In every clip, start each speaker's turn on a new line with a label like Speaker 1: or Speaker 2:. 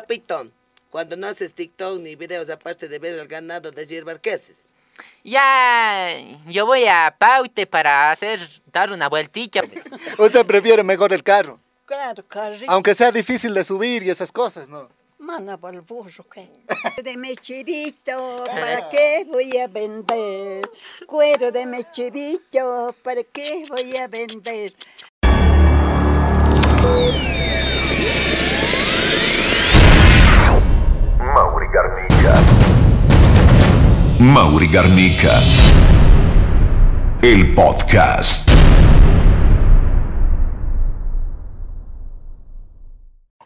Speaker 1: papitón, cuando no haces TikTok ni videos aparte de ver el ganado de hierba que haces?
Speaker 2: Ya, yo voy a Paute para hacer, dar una vueltilla. pues.
Speaker 3: Usted prefiere mejor el carro,
Speaker 4: Claro, carrito.
Speaker 3: aunque sea difícil de subir y esas cosas, ¿no?
Speaker 4: Mana para el burro, ¿qué? De mechivito,
Speaker 3: Eh.
Speaker 4: ¿para qué voy a vender? Cuero de mechivito, ¿para qué voy a vender?
Speaker 5: Mauri Garnica. Mauri Garnica. El podcast.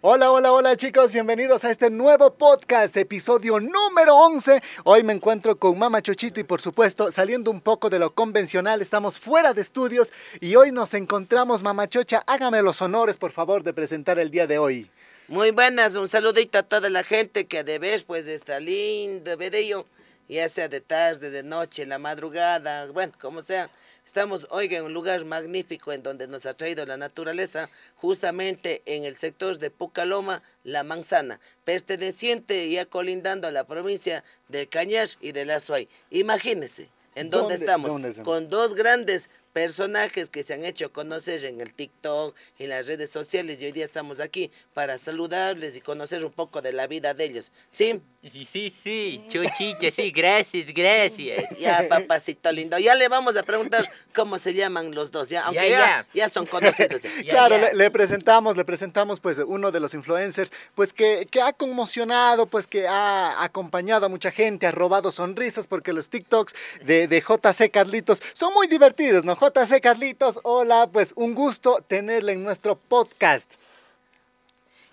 Speaker 3: Hola, hola, hola chicos, bienvenidos a este nuevo podcast, episodio número 11. Hoy me encuentro con Mama Chuchito y por supuesto, saliendo un poco de lo convencional, estamos fuera de estudios y hoy nos encontramos, Mama Chocha, hágame los honores por favor de presentar el día de hoy.
Speaker 1: Muy buenas, un saludito a toda la gente que de vez pues está lindo, video, ya sea de tarde, de noche, en la madrugada, bueno, como sea. Estamos, oiga, en un lugar magnífico en donde nos ha traído la naturaleza, justamente en el sector de Pucaloma, La Manzana, perteneciente y colindando a la provincia de Cañas y de la Suay. Imagínense, ¿en dónde,
Speaker 3: ¿Dónde-
Speaker 1: estamos?
Speaker 3: dónde estamos?
Speaker 1: Con dos grandes personajes que se han hecho conocer en el TikTok, en las redes sociales y hoy día estamos aquí para saludarles y conocer un poco de la vida de ellos. ¿Sí?
Speaker 2: Sí, sí, sí, chuchicha, sí, gracias, gracias.
Speaker 1: Ya, papacito lindo. Ya le vamos a preguntar cómo se llaman los dos, ¿ya? Aunque ya,
Speaker 2: Ya,
Speaker 1: ya.
Speaker 2: ya.
Speaker 1: son conocidos. ¿eh? ya.
Speaker 2: Ya,
Speaker 3: claro,
Speaker 2: ya.
Speaker 3: Le, le presentamos, le presentamos pues uno de los influencers pues que, que ha conmocionado, pues que ha acompañado a mucha gente, ha robado sonrisas porque los TikToks de, de JC Carlitos son muy divertidos, ¿no? JC Carlitos, hola, pues un gusto tenerle en nuestro podcast.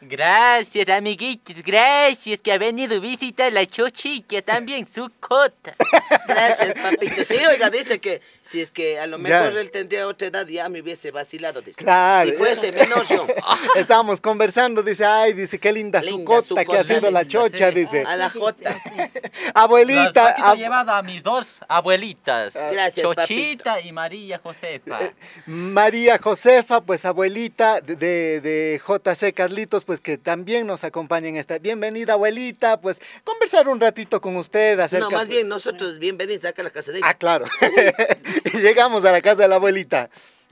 Speaker 2: Gracias, amiguitos, gracias que ha venido a visitar la chuchicha, también su cota.
Speaker 1: Gracias, papito. Sí, oiga, dice que si es que a lo
Speaker 3: Ya.
Speaker 1: mejor él tendría otra edad, ya me hubiese vacilado. Dice.
Speaker 3: Claro.
Speaker 1: Si fuese menor yo.
Speaker 3: Estábamos conversando, dice, ay, dice, qué linda, su
Speaker 1: Linda
Speaker 3: cota
Speaker 1: su Ah.
Speaker 3: que ha
Speaker 1: cota,
Speaker 3: sido la
Speaker 2: dice,
Speaker 3: chocha,
Speaker 2: sí.
Speaker 3: dice.
Speaker 1: A la Jota.
Speaker 2: Los
Speaker 3: Abuelita,
Speaker 2: papitos
Speaker 3: ab-
Speaker 2: he llevado a mis dos abuelitas,
Speaker 1: Gracias,
Speaker 2: Chochita y María Josefa.
Speaker 3: María Josefa, pues abuelita de, de- de JC Carlitos, pues que también nos acompaña en esta. Bienvenida, abuelita, pues conversar un ratito con usted acerca...
Speaker 1: No, más bien nosotros, bienvenidos acá a la casa de
Speaker 3: Ah, claro. Y Llegamos a la casa de la abuelita.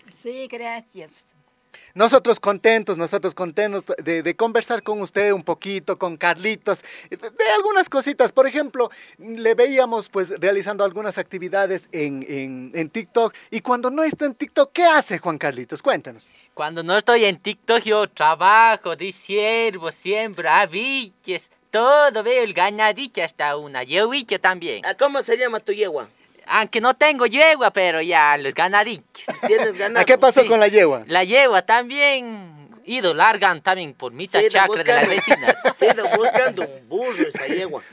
Speaker 4: Sí, gracias.
Speaker 3: Nosotros contentos, nosotros contentos de, de conversar con usted un poquito, con Carlitos, de, de algunas cositas. Por ejemplo, le veíamos pues realizando algunas actividades en, en- en TikTok. Y cuando no está en TikTok, ¿qué hace Juan Carlitos? Cuéntanos.
Speaker 2: Cuando no estoy en TikTok, yo trabajo, di siervo, siembro, aviches, todo veo el ganadito hasta una yehuicha también.
Speaker 1: ¿A ¿Cómo se llama tu yegua?
Speaker 2: Aunque no tengo yegua, pero ya los ganaditos.
Speaker 1: ¿Tienes ganado?
Speaker 3: ¿A qué pasó
Speaker 2: sí.
Speaker 3: con la yegua?
Speaker 2: La yegua también ido largan también por mitad
Speaker 1: Sí,
Speaker 2: chacra de las vecinas.
Speaker 1: buscando, sí, de buscando un burro esa yegua.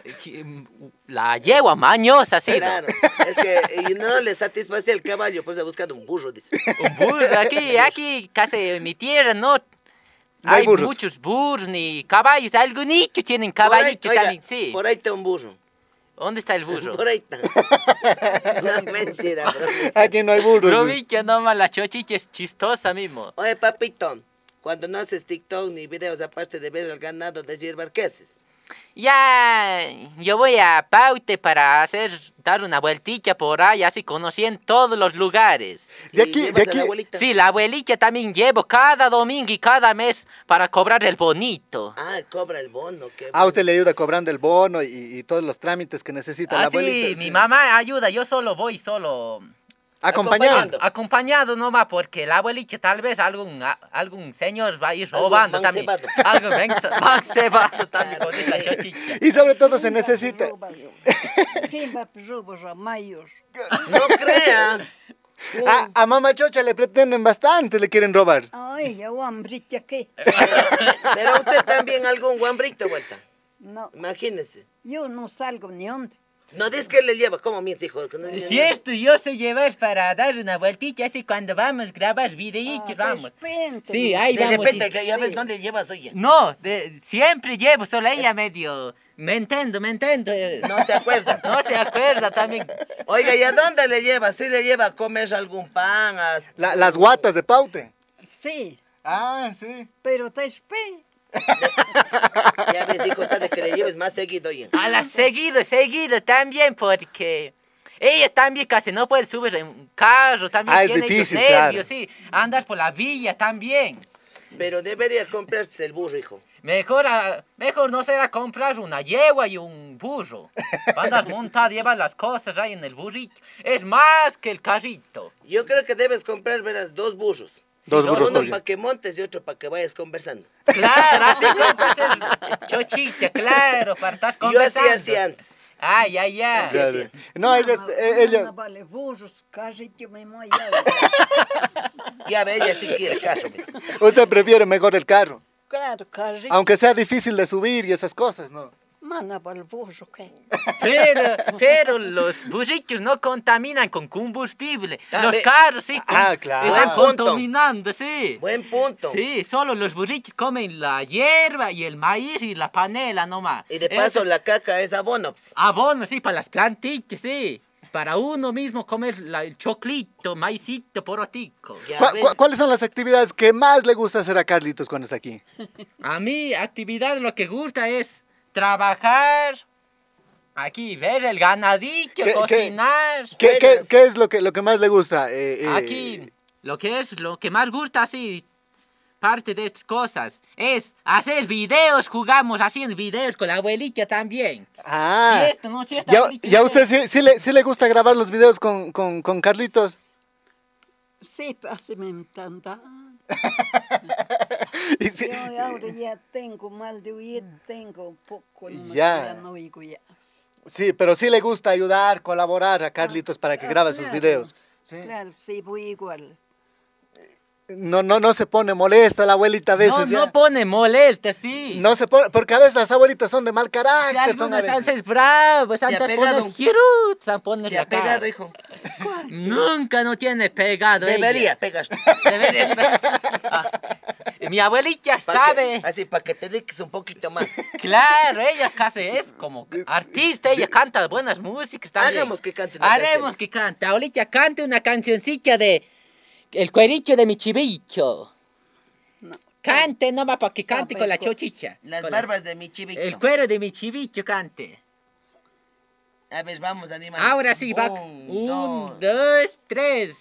Speaker 2: La yegua mañosa, sí.
Speaker 1: Claro, es que y no le satisfacía el caballo, pues ha buscado un burro, dice.
Speaker 2: Un burro, aquí, aquí, casi en mi tierra, no.
Speaker 3: No hay
Speaker 2: hay
Speaker 3: burros.
Speaker 2: muchos burros ni caballos. Algunos tienen
Speaker 1: Por ahí,
Speaker 2: caballitos
Speaker 1: oiga,
Speaker 2: también, sí.
Speaker 1: Por ahí está un burro.
Speaker 2: ¿Dónde está el burro?
Speaker 1: Por ahí está. No, mentira, bro.
Speaker 3: Aquí no hay burros.
Speaker 2: Lo
Speaker 3: dice.
Speaker 2: vi que nomás la chochicha es chistosa mismo.
Speaker 1: Oye, papito, cuando no haces TikTok ni videos aparte de ver el ganado de hierba ¿qué haces?
Speaker 2: Ya, yo voy a Paute para hacer, dar una vueltilla por ahí, así conocí en todos los lugares.
Speaker 3: De
Speaker 1: Y
Speaker 3: aquí, de
Speaker 1: llevas a la
Speaker 3: aquí.
Speaker 1: abuelita.
Speaker 2: Sí, la abuelita también llevo cada domingo y cada mes para cobrar el bonito.
Speaker 1: Ah, cobra el bono. Qué
Speaker 3: Ah,
Speaker 1: bueno.
Speaker 3: usted le ayuda cobrando el bono y, y todos los trámites que necesita la
Speaker 2: Así,
Speaker 3: abuelita.
Speaker 2: Ah, mi
Speaker 3: sí.
Speaker 2: mamá ayuda, yo solo voy, solo
Speaker 3: Acompañando.
Speaker 1: acompañando.
Speaker 2: acompañado nomás, porque la abuelita tal vez algún, a- algún señor va a ir robando también.
Speaker 1: mancebado.
Speaker 2: Algo manc- mancebado también
Speaker 1: Claro,
Speaker 2: con esa
Speaker 1: sí.
Speaker 2: chochicha.
Speaker 3: Y sobre todo se necesita.
Speaker 4: Rimba robo ramayor.
Speaker 1: No crea.
Speaker 3: A, a mamá Chocha le pretenden bastante, le quieren robar.
Speaker 4: Ay, ya hambrita que.
Speaker 3: Eh.
Speaker 1: Pero usted también algún guambrito, vuelta.
Speaker 4: No,
Speaker 1: Imagínese.
Speaker 4: yo no salgo ni dónde.
Speaker 1: No dice que le lleva, como mis hijos. No, no, no.
Speaker 2: Cierto, yo sé llevar para dar una vueltita, así cuando vamos a grabar videitos,
Speaker 4: Ah,
Speaker 2: vamos.
Speaker 4: despente,
Speaker 2: Sí,
Speaker 4: no.
Speaker 2: ahí
Speaker 1: De
Speaker 2: vamos.
Speaker 1: repente,
Speaker 2: sí.
Speaker 1: que ya ves, no le llevas, oye.
Speaker 2: No, de- siempre llevo, solo ella medio. Me entiendo, me entiendo. eh.
Speaker 1: No se acuerda.
Speaker 2: No se acuerda también.
Speaker 1: Oiga, ¿y a dónde le lleva? ¿Sí le lleva a comer algún pan? a-
Speaker 3: La- las guatas de paute.
Speaker 4: Sí,
Speaker 3: Ah, sí.
Speaker 4: pero te espe.
Speaker 1: Ya ves, hijo, está de que le lleves más seguido, oye.
Speaker 2: A la seguido, seguido también, porque ella también casi no puede subir en un carro, también
Speaker 3: Ah, es
Speaker 2: tiene
Speaker 3: difícil,
Speaker 2: ellos
Speaker 3: claro.
Speaker 2: nervios, sí. Andar por la villa también.
Speaker 1: Pero debería comprarse el burro, hijo.
Speaker 2: Mejor, ah, mejor no será comprar una yegua y un burro. Va a andar montar, llevar las cosas ahí en el burrito. Es más que el carrito.
Speaker 1: Yo creo que debes comprar, verás, dos burros.
Speaker 3: Dos burros,
Speaker 1: Uno
Speaker 3: oye.
Speaker 1: para que montes y otro para que vayas conversando.
Speaker 2: Claro, así compras el chochita, claro, para estar
Speaker 1: Yo así
Speaker 2: conversando.
Speaker 1: hacía antes.
Speaker 2: Ay, ay, ay.
Speaker 1: Así
Speaker 3: Ya
Speaker 1: sí.
Speaker 3: ve. No, ella, eh, ella,
Speaker 4: Vale, burros, carrito, me voy a-
Speaker 1: Ya ve, ella sí quiere caso, ves.
Speaker 3: usted prefiere mejor el carro,
Speaker 4: Claro, carrito.
Speaker 3: aunque sea difícil de subir y esas cosas, ¿no?
Speaker 4: Mana para el burro, ¿qué?
Speaker 2: Pero, pero los burritos no contaminan con combustible.
Speaker 1: Ah,
Speaker 2: los
Speaker 1: ve-
Speaker 2: carros sí con-
Speaker 3: Ah, claro.
Speaker 2: están
Speaker 1: Buen punto.
Speaker 2: contaminando, sí.
Speaker 1: Buen punto.
Speaker 2: Sí, solo los burritos comen la hierba y el maíz y la panela nomás.
Speaker 1: Y de paso,
Speaker 2: Eso-
Speaker 1: la caca es abono. pues.
Speaker 2: abono, sí, para las plantitas, sí. Para uno mismo comer la- el choclito, maicito, porotico.
Speaker 1: Ya
Speaker 3: ¿Cuá-
Speaker 1: ve.
Speaker 3: cuá- ¿Cuáles son las actividades que más le gusta hacer a Carlitos cuando está aquí?
Speaker 2: A mí, actividad lo que gusta es trabajar, aquí ver el ganadillo,
Speaker 3: ¿Qué- qué-
Speaker 2: cocinar.
Speaker 3: ¿Qué, qué,
Speaker 1: Juegas.
Speaker 3: qué es lo que, lo que más le gusta? Eh, eh,
Speaker 2: Aquí, lo que es, lo que más gusta así, parte de estas cosas, es hacer videos, jugamos haciendo videos con la abuelita también.
Speaker 3: Ah.
Speaker 2: Si esto, no, si esta
Speaker 3: ya,
Speaker 2: abuelita
Speaker 3: ya
Speaker 2: no-
Speaker 3: usted sí, sí le, sí le gusta grabar los videos con, con, con Carlitos.
Speaker 4: Sí, así me encanta.
Speaker 3: Y sí-
Speaker 4: Yo ahora ya tengo mal de oír, tengo poco, no me
Speaker 3: Ya.
Speaker 4: queda, no oigo ya.
Speaker 3: sí, pero sí le gusta ayudar, colaborar a Carlitos para que
Speaker 4: Ah,
Speaker 3: grabe sus
Speaker 4: claro,
Speaker 3: videos. Sí.
Speaker 4: Claro, sí, voy igual.
Speaker 3: No, no, no se pone molesta la abuelita a veces.
Speaker 2: no,
Speaker 3: ya.
Speaker 2: no pone molesta, sí.
Speaker 3: No se pone, porque a veces las abuelitas son de mal
Speaker 2: Si
Speaker 3: carácter. son a
Speaker 2: algunas
Speaker 3: veces-
Speaker 2: alzas bravas,
Speaker 1: ha
Speaker 2: antes
Speaker 1: pegado.
Speaker 2: pones girut, san pones
Speaker 1: Te ha
Speaker 2: la cara.
Speaker 1: pegado, hijo.
Speaker 2: Nunca no tiene pegado ella.
Speaker 1: Debería, pegas.
Speaker 2: Debería. Ah, Mi abuelita sabe.
Speaker 1: Así, para que te dediques un poquito más.
Speaker 2: Claro, ella casi es como artista, ella canta buenas músicas también.
Speaker 1: Hagamos que cante una
Speaker 2: Haremos
Speaker 1: canción.
Speaker 2: que cante. Ahorita cante una cancioncita de El cuericho de mi chivicho.
Speaker 4: No.
Speaker 2: Cante nomás para que cante
Speaker 4: Ah,
Speaker 2: con la
Speaker 4: pero-
Speaker 2: chochicha.
Speaker 1: pues, Las
Speaker 2: Con
Speaker 1: barbas de mi chivito.
Speaker 2: El cuero de mi chivicho cante.
Speaker 1: A ver, vamos, animal.
Speaker 2: Ahora sí, va.
Speaker 1: Un,
Speaker 2: Un,
Speaker 1: dos.
Speaker 2: dos, tres.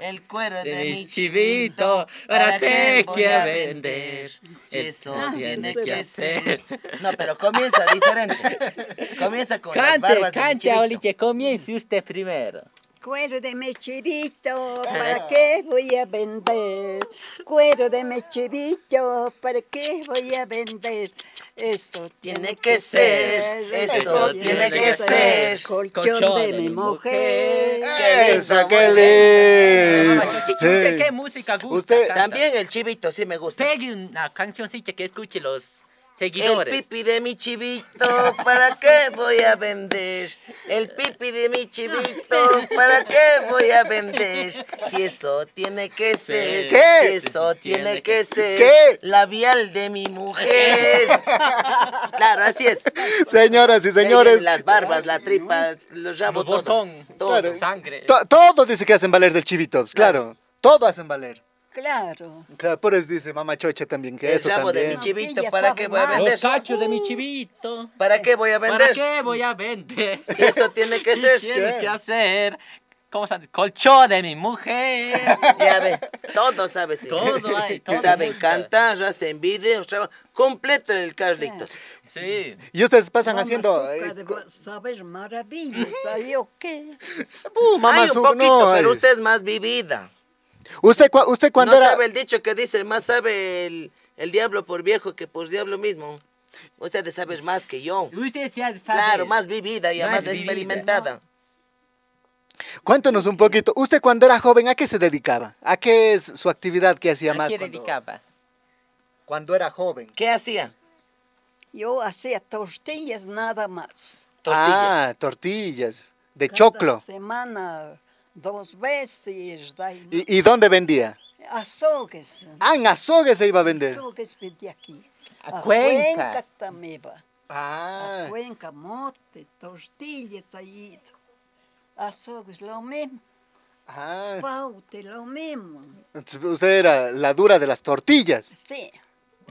Speaker 1: El cuero de,
Speaker 2: De
Speaker 1: mi
Speaker 2: mi
Speaker 1: chivito,
Speaker 2: chivito,
Speaker 1: ¿para
Speaker 2: ahora
Speaker 1: qué
Speaker 2: te
Speaker 1: voy
Speaker 2: quiero
Speaker 1: a vender?
Speaker 2: vender.
Speaker 1: Si
Speaker 2: Esto
Speaker 1: eso tiene
Speaker 2: tiene
Speaker 1: que
Speaker 2: que
Speaker 1: hacer.
Speaker 2: hacer.
Speaker 1: No, pero comienza diferente. Comienza con las
Speaker 2: Cante,
Speaker 1: barbas de mi
Speaker 2: cante,
Speaker 1: chivito.
Speaker 2: abuelita. Comience usted primero.
Speaker 4: Cuero de mechivito,
Speaker 3: Ah.
Speaker 4: ¿para qué voy a vender? Cuero de mechivito, ¿para qué voy a vender? Eso
Speaker 1: Tiene que ser, eso tiene que ser.
Speaker 4: Colchón de mi mujer.
Speaker 1: Qué
Speaker 3: Eso,
Speaker 1: lindo,
Speaker 3: qué
Speaker 1: muy bien.
Speaker 3: lindo.
Speaker 2: Ay, Chichi, ¿usted
Speaker 3: Sí.
Speaker 2: qué música gusta?
Speaker 3: Usted-
Speaker 2: Canta.
Speaker 1: También el chivito sí me gusta.
Speaker 2: Pegue una cancioncita que escuche los
Speaker 1: El
Speaker 2: seguidores.
Speaker 1: pipi de mi chivito, ¿para qué voy a vender? El pipi de mi chivito, ¿para qué voy a vender? Si eso tiene que ser,
Speaker 3: ¿Qué?
Speaker 1: si eso tiene que ser,
Speaker 3: ¿Qué?
Speaker 1: labial de mi mujer. Claro, así es.
Speaker 3: Señoras y señores.
Speaker 1: Las barbas, la tripa, los rabos,
Speaker 2: Los
Speaker 1: todo.
Speaker 2: botón,
Speaker 1: todo.
Speaker 3: Claro.
Speaker 2: sangre.
Speaker 3: To- todo dice que hacen valer del Chivitops, claro. Todo hacen valer.
Speaker 4: Claro.
Speaker 3: Claro, por eso dice mamá Chocha también que
Speaker 1: El
Speaker 3: eso
Speaker 1: rabo de
Speaker 3: también.
Speaker 1: mi chivito,
Speaker 4: Ella
Speaker 1: ¿para
Speaker 4: sabe
Speaker 1: qué voy a
Speaker 4: más.
Speaker 2: los
Speaker 1: vender?
Speaker 2: cachos de mi chivito.
Speaker 1: ¿Para qué voy a
Speaker 2: ¿Para
Speaker 1: vender?
Speaker 2: qué voy a vender?
Speaker 1: Si eso tiene que ser.
Speaker 2: ¿Qué tienes que hacer? ¿Cómo se llama? Colchón de mi mujer.
Speaker 1: Ya ve, todo sabe, señor.
Speaker 2: Todo hay, todo
Speaker 1: Saben
Speaker 2: gusta.
Speaker 1: cantar, hacen videos, traba- completo el Carlitos.
Speaker 2: Sí.
Speaker 3: Y ustedes pasan
Speaker 4: Mamá
Speaker 3: haciendo...
Speaker 4: Zucca
Speaker 3: eh,
Speaker 4: de
Speaker 3: co-
Speaker 4: ma- saber maravillas, ¿sabía qué?
Speaker 3: uh, mamá
Speaker 1: Hay un
Speaker 3: Zucca,
Speaker 1: poquito,
Speaker 3: no,
Speaker 1: pero
Speaker 3: eh.
Speaker 1: usted es más vivida.
Speaker 3: Usted, cua- usted cuando
Speaker 1: no
Speaker 3: era...
Speaker 1: sabe el dicho que dice, más sabe el, el diablo por viejo que por diablo mismo. Usted sabe más que yo.
Speaker 2: Usted ya sabe.
Speaker 1: Claro, más vivida y
Speaker 2: Más
Speaker 1: más,
Speaker 2: vivida.
Speaker 1: experimentada.
Speaker 3: Cuéntenos un poquito. Usted cuando era joven, ¿a qué se dedicaba? ¿A qué es su actividad que hacía
Speaker 2: ¿A
Speaker 3: más
Speaker 2: qué
Speaker 3: cuando,
Speaker 2: dedicaba?
Speaker 3: cuando era joven?
Speaker 1: ¿Qué hacía?
Speaker 4: Yo hacía tortillas nada más.
Speaker 1: Tortillas.
Speaker 3: Ah, tortillas. De
Speaker 4: Cada
Speaker 3: choclo.
Speaker 4: semana dos veces. dai-
Speaker 3: ¿Y, y dónde vendía?
Speaker 4: Açougues.
Speaker 3: Ah, en Azogue se iba a vender.
Speaker 4: Açougues vendía aquí.
Speaker 2: A Cuenca.
Speaker 4: também va. A
Speaker 3: Ah,
Speaker 4: Cuenca, mote, tortilhas aí. Açougues lá mesmo.
Speaker 3: ah.
Speaker 4: Paute lá mesmo.
Speaker 3: Usted era la dura de las tortillas.
Speaker 4: Sim.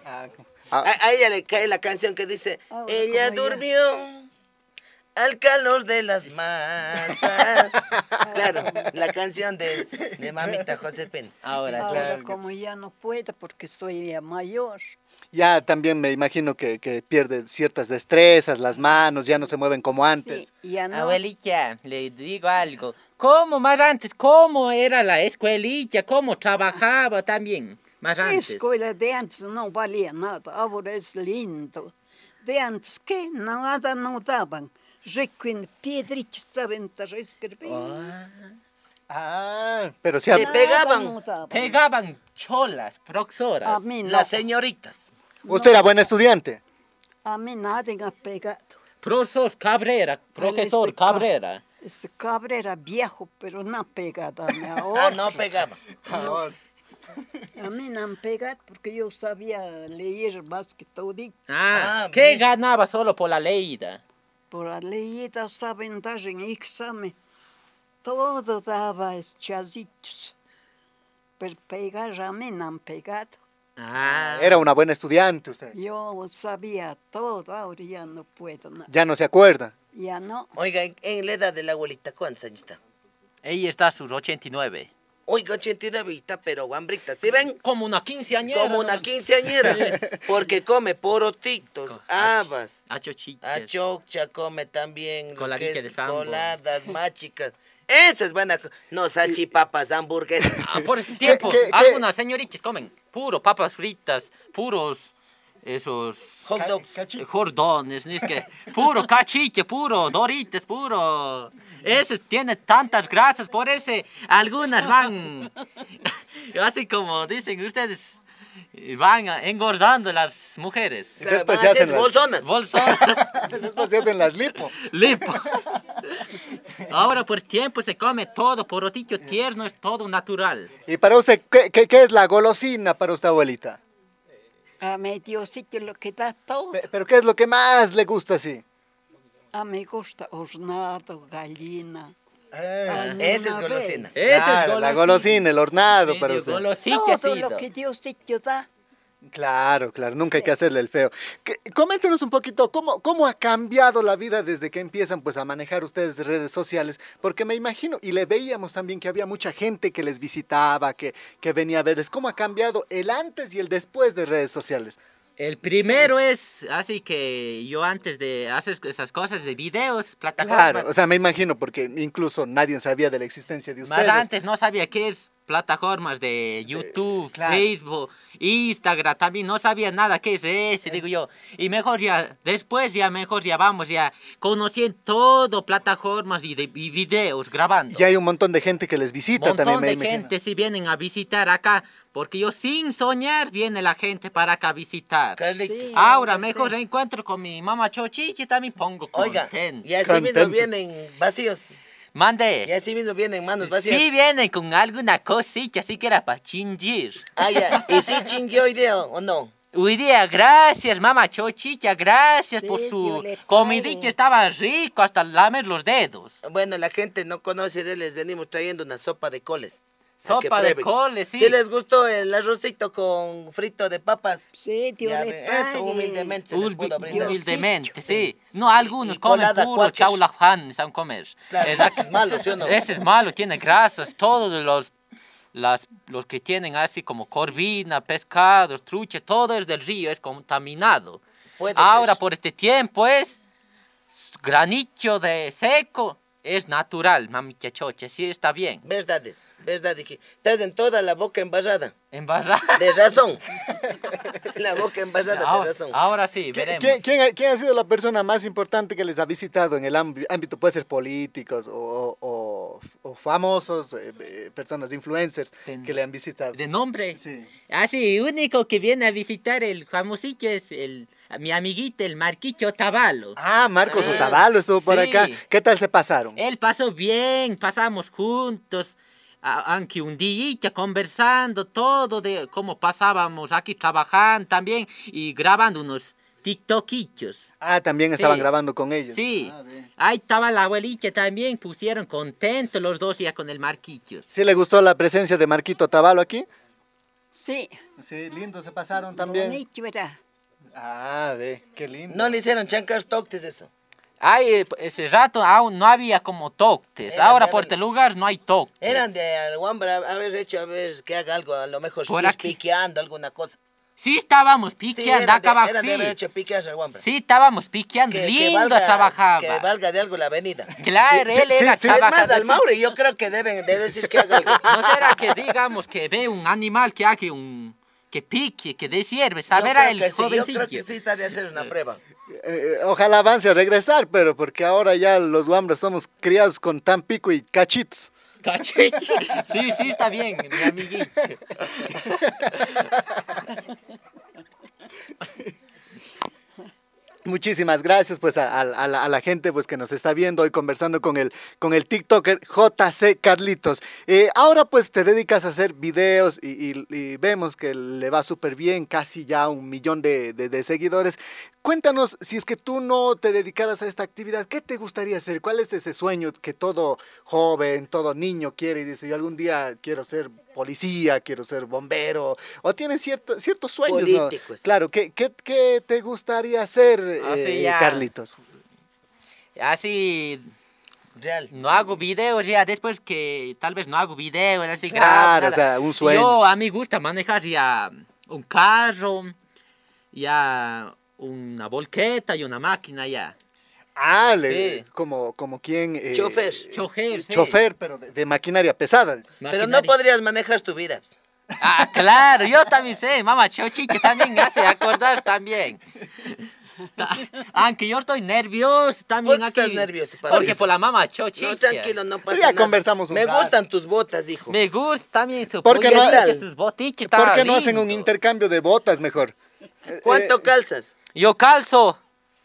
Speaker 3: Ah, Ah.
Speaker 1: A, a ella le cae la canción que dice,
Speaker 4: Ah, bueno,
Speaker 1: ella
Speaker 4: como ella.
Speaker 1: durmió al calor de las masas. claro, la canción de, de mamita Josefina. Ah.
Speaker 2: Ahora,
Speaker 4: Ahora
Speaker 2: claro.
Speaker 4: como ya no puedo porque soy ya mayor.
Speaker 3: Ya también me imagino que, que pierde ciertas destrezas, las manos ya no se mueven como antes.
Speaker 4: Sí,
Speaker 2: Ah,
Speaker 4: ya no.
Speaker 2: Abuelita, le digo algo. ¿Cómo más antes? ¿Cómo era la escuelilla? ¿Cómo trabajaba también? Más
Speaker 4: La
Speaker 2: antes.
Speaker 4: escuela de antes no valía nada, ahora es lindo. De antes que nada no daban. Rico en piedritas saben escribir.
Speaker 3: Ah, pero se
Speaker 1: Te
Speaker 3: ha-
Speaker 1: pegaban.
Speaker 4: no daban.
Speaker 2: Pegaban cholas, proxoras.
Speaker 4: A mí no.
Speaker 1: Las señoritas.
Speaker 3: usted era buen estudiante.
Speaker 4: A mí nadie me ha pegado.
Speaker 2: Profesor Cabrera, profesor
Speaker 4: este ca-
Speaker 2: Cabrera.
Speaker 4: Ese cabra era viejo, pero no ha pegado a mí ahora.
Speaker 1: Ah, no pegaban.
Speaker 4: A mí no me han pegado porque yo sabía leer más que todito.
Speaker 2: Ah,
Speaker 1: Ah,
Speaker 2: ¿qué
Speaker 1: bien.
Speaker 2: ganaba solo por la leída?
Speaker 4: Por la leída saben dar en examen. Todo daba chasitos. Pero pegar a mí no han pegado.
Speaker 2: Ah,
Speaker 3: Era una buena estudiante usted.
Speaker 4: Yo sabía todo, ahora ya no puedo nada.
Speaker 3: Ya no se acuerda.
Speaker 4: Ya no.
Speaker 1: Oiga, en, en la edad de la abuelita, ¿cuántos años está?
Speaker 2: ella está a sus 89.
Speaker 1: Oiga, 89 está, pero guambrita, ¿sí ven?
Speaker 2: Como una quinceañera.
Speaker 1: Como una
Speaker 2: nomás.
Speaker 1: quinceañera, porque come porotitos, habas,
Speaker 2: Achochiches.
Speaker 1: achocha, come también lo
Speaker 2: Coladique
Speaker 1: que es
Speaker 2: de sambo.
Speaker 1: coladas, machicas. Esas van a... co- No, salchipapas, hamburguesas.
Speaker 2: Ah, por ese tiempo,
Speaker 3: qué- qué?
Speaker 2: algunas señoritas comen puro papas fritas, puros esos eh,
Speaker 1: Hot dogs.
Speaker 3: Cachi-
Speaker 2: jordones, ni es que puro cachique, puro dorites, puro. Ese tiene tantas grasas, por ese algunas van, así como dicen ustedes, van engordando las mujeres.
Speaker 1: Claro, van
Speaker 3: Después
Speaker 1: a
Speaker 3: se hacen
Speaker 1: hacer
Speaker 3: las-
Speaker 1: bolsonas.
Speaker 2: Bolsón,
Speaker 3: Después se hacen las lipo.
Speaker 2: lipo. Ahora por tiempo se come todo, porotillo tierno es todo natural.
Speaker 3: Y para usted, ¿qué, qué, qué es la golosina para usted, abuelita?
Speaker 4: A mi Diosito lo que da todo.
Speaker 3: Pe- ¿Pero qué es lo que más le gusta así?
Speaker 4: A mí gusta hornado, gallina.
Speaker 1: Esa
Speaker 4: alguna
Speaker 1: es
Speaker 4: vez.
Speaker 1: golosina.
Speaker 2: Esa
Speaker 3: Claro,
Speaker 2: es
Speaker 3: la golosina, el hornado
Speaker 2: Medio
Speaker 3: para usted.
Speaker 2: golosilla ha
Speaker 4: Todo
Speaker 2: sido.
Speaker 4: lo que Diosito da.
Speaker 3: Claro, claro, nunca hay que hacerle el feo. Que- coméntenos un poquito cómo, cómo ha cambiado la vida desde que empiezan pues a manejar ustedes redes sociales, porque me imagino, y le veíamos también que había mucha gente que les visitaba, que, que venía a verles, cómo ha cambiado el antes y el después de redes sociales.
Speaker 2: El primero es, así que yo antes de hacer esas cosas de videos, plataformas,
Speaker 3: Claro, o sea, me imagino, porque incluso nadie sabía de la existencia de
Speaker 2: más
Speaker 3: ustedes. Eh,
Speaker 2: antes no sabía qué es plataformas de YouTube,
Speaker 3: claro.
Speaker 2: Facebook, Instagram, también no sabía nada qué es ese, digo yo. Y mejor ya, después ya mejor ya vamos, ya conocí en todo plataformas y, de, y videos grabando.
Speaker 3: Y hay un montón de gente que les visita
Speaker 2: montón
Speaker 3: también, me
Speaker 2: de
Speaker 3: imagino.
Speaker 2: gente si vienen a visitar acá, porque yo sin soñar viene la gente para acá a visitar.
Speaker 1: Carlitos.
Speaker 4: Sí,
Speaker 2: Ahora
Speaker 4: hombre,
Speaker 2: mejor
Speaker 4: sí.
Speaker 2: reencuentro con mi mamá Chochi que también pongo
Speaker 1: Pues Oiga,
Speaker 2: contento.
Speaker 1: y así mismo
Speaker 3: Contento.
Speaker 1: vienen vacíos.
Speaker 2: Mande.
Speaker 1: Y así mismo vienen manos vacías.
Speaker 2: Sí vienen con alguna cosilla, así que era para chingir.
Speaker 1: Ah, ya. ¿Y si chingueó idea o no?
Speaker 2: Hoy día, gracias, mamá Chochicha, gracias por
Speaker 4: Sí,
Speaker 2: su
Speaker 4: Dios le pague.
Speaker 2: comidita, estaba rico hasta lamer los dedos.
Speaker 1: Bueno, la gente no conoce de él, les venimos trayendo una sopa de coles. A que
Speaker 2: Sopa de
Speaker 1: prueben.
Speaker 2: coles, sí.
Speaker 1: Si les gustó el arrocito con frito de papas.
Speaker 4: Sí, Dios
Speaker 1: Ya
Speaker 4: le
Speaker 1: ve,
Speaker 4: pague.
Speaker 1: Eso humildemente se les
Speaker 2: Humil-
Speaker 1: pudo brindar.
Speaker 4: Dios.
Speaker 2: humildemente, sí. No, algunos
Speaker 1: Y
Speaker 2: comen
Speaker 1: colada
Speaker 2: puro
Speaker 1: cuaches.
Speaker 2: chaulafán, saben comer.
Speaker 1: Claro,
Speaker 2: Exacto.
Speaker 1: ese es malo, ¿sí o no?
Speaker 2: Ese es malo, tiene grasas, todos los, las, los que tienen así como corvina, pescados, trucha, todo es del río, es contaminado.
Speaker 1: Puede
Speaker 2: Ahora
Speaker 1: ser.
Speaker 2: por este tiempo es granito de seco, es natural, mami chachoche, sí está bien.
Speaker 1: Verdades, verdad, dije. Estás en toda la boca embarrada.
Speaker 2: Embarrada.
Speaker 1: De razón. la boca embarrada, de
Speaker 2: Ahora,
Speaker 1: razón.
Speaker 2: ahora sí,
Speaker 3: ¿Qui-
Speaker 2: veremos.
Speaker 3: ¿Quién, quién ha, quién ha sido la persona más importante que les ha visitado en el ámbi- ámbito? Puede ser políticos o, o- o famosos, eh, eh, personas influencers
Speaker 2: Ten-
Speaker 3: que le han visitado.
Speaker 2: De nombre.
Speaker 3: Sí.
Speaker 2: Ah, sí, único que viene a visitar el famosillo es el, mi amiguito, el Marquicho Tabalo.
Speaker 3: Ah, Marcos
Speaker 2: Sí.
Speaker 3: Otavalo estuvo por
Speaker 2: Sí. Eh,
Speaker 3: acá. ¿Qué tal se pasaron?
Speaker 2: Él pasó bien, pasamos juntos, a- aunque un día conversando todo de cómo pasábamos aquí trabajando también y grabando unos TikTokichos.
Speaker 3: Ah, también estaban
Speaker 2: Sí.
Speaker 3: grabando con ellos.
Speaker 2: Sí,
Speaker 3: Ah, bien.
Speaker 2: ahí estaba la abuelita también, pusieron contentos los dos ya con el Marquicho.
Speaker 3: ¿Sí le gustó la presencia de Marquito Otavalo aquí?
Speaker 4: Sí,
Speaker 3: Sí, lindo se pasaron
Speaker 4: bonito era.
Speaker 3: Ah, ve, qué lindo.
Speaker 1: No le hicieron chancas toctes eso.
Speaker 2: Ay, ese rato aún no había como toctes.
Speaker 1: Era,
Speaker 2: Ahora
Speaker 1: era
Speaker 2: por
Speaker 1: el-
Speaker 2: este lugar no hay toctes.
Speaker 1: Eran de Alguambra, haber hecho, a ver, que haga algo, a lo mejor
Speaker 2: Por
Speaker 1: pis-
Speaker 2: aquí.
Speaker 1: piqueando alguna cosa.
Speaker 2: Sí estábamos piqueando
Speaker 1: era
Speaker 2: acá
Speaker 1: de,
Speaker 2: abajo,
Speaker 1: era de haber
Speaker 2: sí.
Speaker 1: hecho piquear Alguambra.
Speaker 2: Sí estábamos piqueando, lindo trabajaba.
Speaker 1: Que valga de algo la avenida.
Speaker 2: Claro,
Speaker 3: Sí,
Speaker 2: él
Speaker 3: sí,
Speaker 2: era
Speaker 3: sí.
Speaker 1: Es más,
Speaker 2: trabajador,
Speaker 1: al
Speaker 2: sí.
Speaker 1: Mauri yo creo que deben de decir que haga algo.
Speaker 2: No será que digamos que ve un animal que haga un... que pique, que dé sierve,
Speaker 1: Yo
Speaker 2: saber a
Speaker 1: creo
Speaker 2: el
Speaker 1: que sí, Yo
Speaker 2: jovencillo.
Speaker 1: creo que sí está de hacer una prueba.
Speaker 3: Eh, ojalá avance a regresar, pero porque ahora ya los guambras somos criados con tan pico y cachitos.
Speaker 2: Cachiche. Sí, sí, está bien, mi amiguito.
Speaker 3: Muchísimas gracias pues a, a- a la, a la gente pues que nos está viendo hoy conversando con el, con el TikToker JC Carlitos. Eh, ahora pues te dedicas a hacer videos y, y- y vemos que le va súper bien, casi ya un millón de, de- de seguidores. Cuéntanos, si es que tú no te dedicaras a esta actividad, ¿qué te gustaría hacer? ¿Cuál es ese sueño que todo joven, todo niño quiere y dice, yo algún día quiero ser policía, quiero ser bombero? ¿O tienes cierto, ciertos sueños? ¿no?
Speaker 1: Políticos.
Speaker 3: Claro, ¿qué, qué, qué te gustaría hacer,
Speaker 2: O sea,
Speaker 3: eh,
Speaker 2: Ah, ya-
Speaker 3: Carlitos?
Speaker 2: Así
Speaker 1: Real.
Speaker 2: no hago videos ya después que tal vez no hago videos así
Speaker 3: Claro,
Speaker 2: grabo,
Speaker 3: o
Speaker 2: nada.
Speaker 3: sea, un sueño.
Speaker 2: yo a mí gusta manejar ya un carro ya una volqueta y una máquina ya
Speaker 3: Ah, le-
Speaker 2: Sí.
Speaker 3: como, como quien... eh,
Speaker 1: Chofer.
Speaker 2: chofer sí.
Speaker 3: Chofer, pero de, de maquinaria pesada.
Speaker 1: Pero no
Speaker 2: Maquinaria.
Speaker 1: podrías manejar tu vida. pues.
Speaker 2: ah claro yo también sé mamá chochiche también hace acordar también Ta- aunque yo estoy nervioso también
Speaker 1: ¿Por qué
Speaker 2: aquí
Speaker 1: estás nervioso, papá?
Speaker 2: porque por la mamá chochiche
Speaker 1: No, tranquilo, no pasa
Speaker 3: ya
Speaker 1: nada.
Speaker 3: conversamos un
Speaker 1: Me
Speaker 3: rato.
Speaker 1: gustan tus botas, hijo.
Speaker 2: me gusta también su
Speaker 3: ¿Por qué no-
Speaker 2: pulgarita, sus botiches
Speaker 3: ¿Por
Speaker 2: está
Speaker 3: qué no hacen un
Speaker 2: lindo.
Speaker 3: intercambio de botas mejor? Eh,
Speaker 1: ¿Cuánto calzas?
Speaker 2: Yo calzo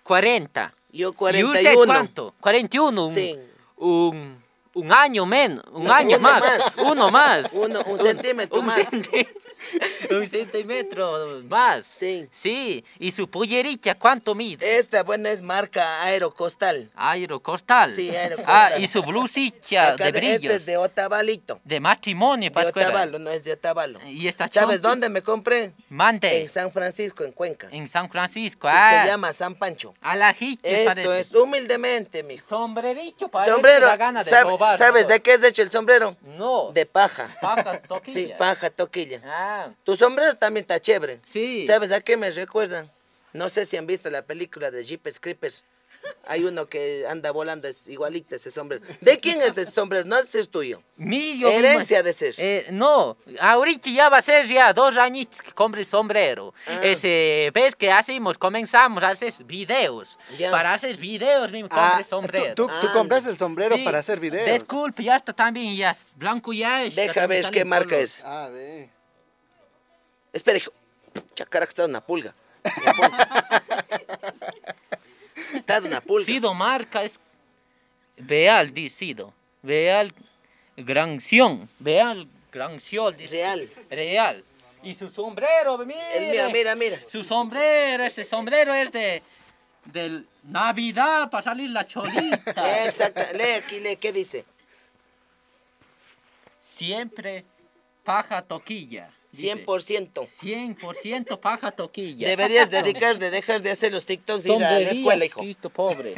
Speaker 2: 40.
Speaker 1: Yo
Speaker 2: ¿Y
Speaker 1: 41.
Speaker 2: usted cuánto? 41. Un,
Speaker 1: Sí.
Speaker 2: un, un año menos, un
Speaker 1: No,
Speaker 2: año
Speaker 1: uno
Speaker 2: más,
Speaker 1: más.
Speaker 2: uno más.
Speaker 1: Uno- un centímetro
Speaker 2: un
Speaker 1: más.
Speaker 2: centi- un centímetro más.
Speaker 1: Sí.
Speaker 2: Sí. ¿Y su pollerita cuánto mide?
Speaker 1: Esta, bueno, es marca Aerocostal.
Speaker 2: Aerocostal.
Speaker 1: Sí, aerocostal.
Speaker 2: Ah, y su blusita
Speaker 1: Acá
Speaker 2: de
Speaker 1: de-
Speaker 2: brillos.
Speaker 1: este es de Otabalito.
Speaker 2: de matrimonio,
Speaker 1: De
Speaker 2: Pascuera.
Speaker 1: Otavalo, no es de Otavalo.
Speaker 2: Y esta
Speaker 1: ¿Sabes
Speaker 2: chompi-
Speaker 1: dónde me compré?
Speaker 2: Mande.
Speaker 1: En San Francisco, en Cuenca.
Speaker 2: En San Francisco.
Speaker 1: Sí,
Speaker 2: ah,
Speaker 1: se llama San Pancho.
Speaker 2: A la jiche,
Speaker 1: Esto
Speaker 2: parece.
Speaker 1: es humildemente, mijo.
Speaker 2: Sombrerito, parece
Speaker 1: Sombrero,
Speaker 2: la gana de
Speaker 1: ¿sabe-
Speaker 2: robar,
Speaker 1: ¿sabes
Speaker 2: ¿no?
Speaker 1: de qué es hecho el sombrero?
Speaker 2: No.
Speaker 1: De paja.
Speaker 2: Paja toquilla.
Speaker 1: Sí, paja, toquilla.
Speaker 2: Ah,
Speaker 1: Tu sombrero también está chévere.
Speaker 2: Sí.
Speaker 1: ¿Sabes a qué me recuerda? No sé si han visto la película de Jeepers Creepers. Hay uno que anda volando, es igualito ese sombrero. ¿De quién es el sombrero? No ese es tuyo.
Speaker 2: millo.
Speaker 1: Herencia
Speaker 2: mismo.
Speaker 1: de ser.
Speaker 2: Eh, no, ahorita ya va a ser ya dos añitos que compre sombrero.
Speaker 1: Ah.
Speaker 2: Ese, ves que hacemos, comenzamos a hacer videos.
Speaker 1: Ya.
Speaker 2: Para hacer videos mismo
Speaker 3: ah,
Speaker 2: compre sombrero.
Speaker 3: Tú, tú- tú
Speaker 1: Ah.
Speaker 3: compras el sombrero
Speaker 2: Sí.
Speaker 3: para hacer videos.
Speaker 2: Disculpe, ya está también, ya es blanco ya. está
Speaker 1: Deja
Speaker 2: también
Speaker 1: ver
Speaker 2: sale
Speaker 1: qué
Speaker 2: el
Speaker 1: marca
Speaker 2: color.
Speaker 1: es.
Speaker 3: Ah, ve.
Speaker 1: Espera, hijo. Chacara que está una pulga. Está una pulga.
Speaker 2: Sido marca es Veal, dicido. Veal Granción. Veal Granción. dice.
Speaker 1: Real.
Speaker 2: Real. Y su sombrero,
Speaker 1: El- mira, mira, mira.
Speaker 2: Su sombrero, este sombrero es de del Navidad para salir la cholita.
Speaker 1: Exacto. Lee aquí, lee, ¿qué dice?
Speaker 2: Siempre paja toquilla. dice.
Speaker 1: 100%.
Speaker 2: 100% paja toquilla.
Speaker 1: Deberías dedicar de dejar de hacer los TikToks y ir a la
Speaker 2: Sombrerías,
Speaker 1: escuela, hijo.
Speaker 2: Cristo pobre.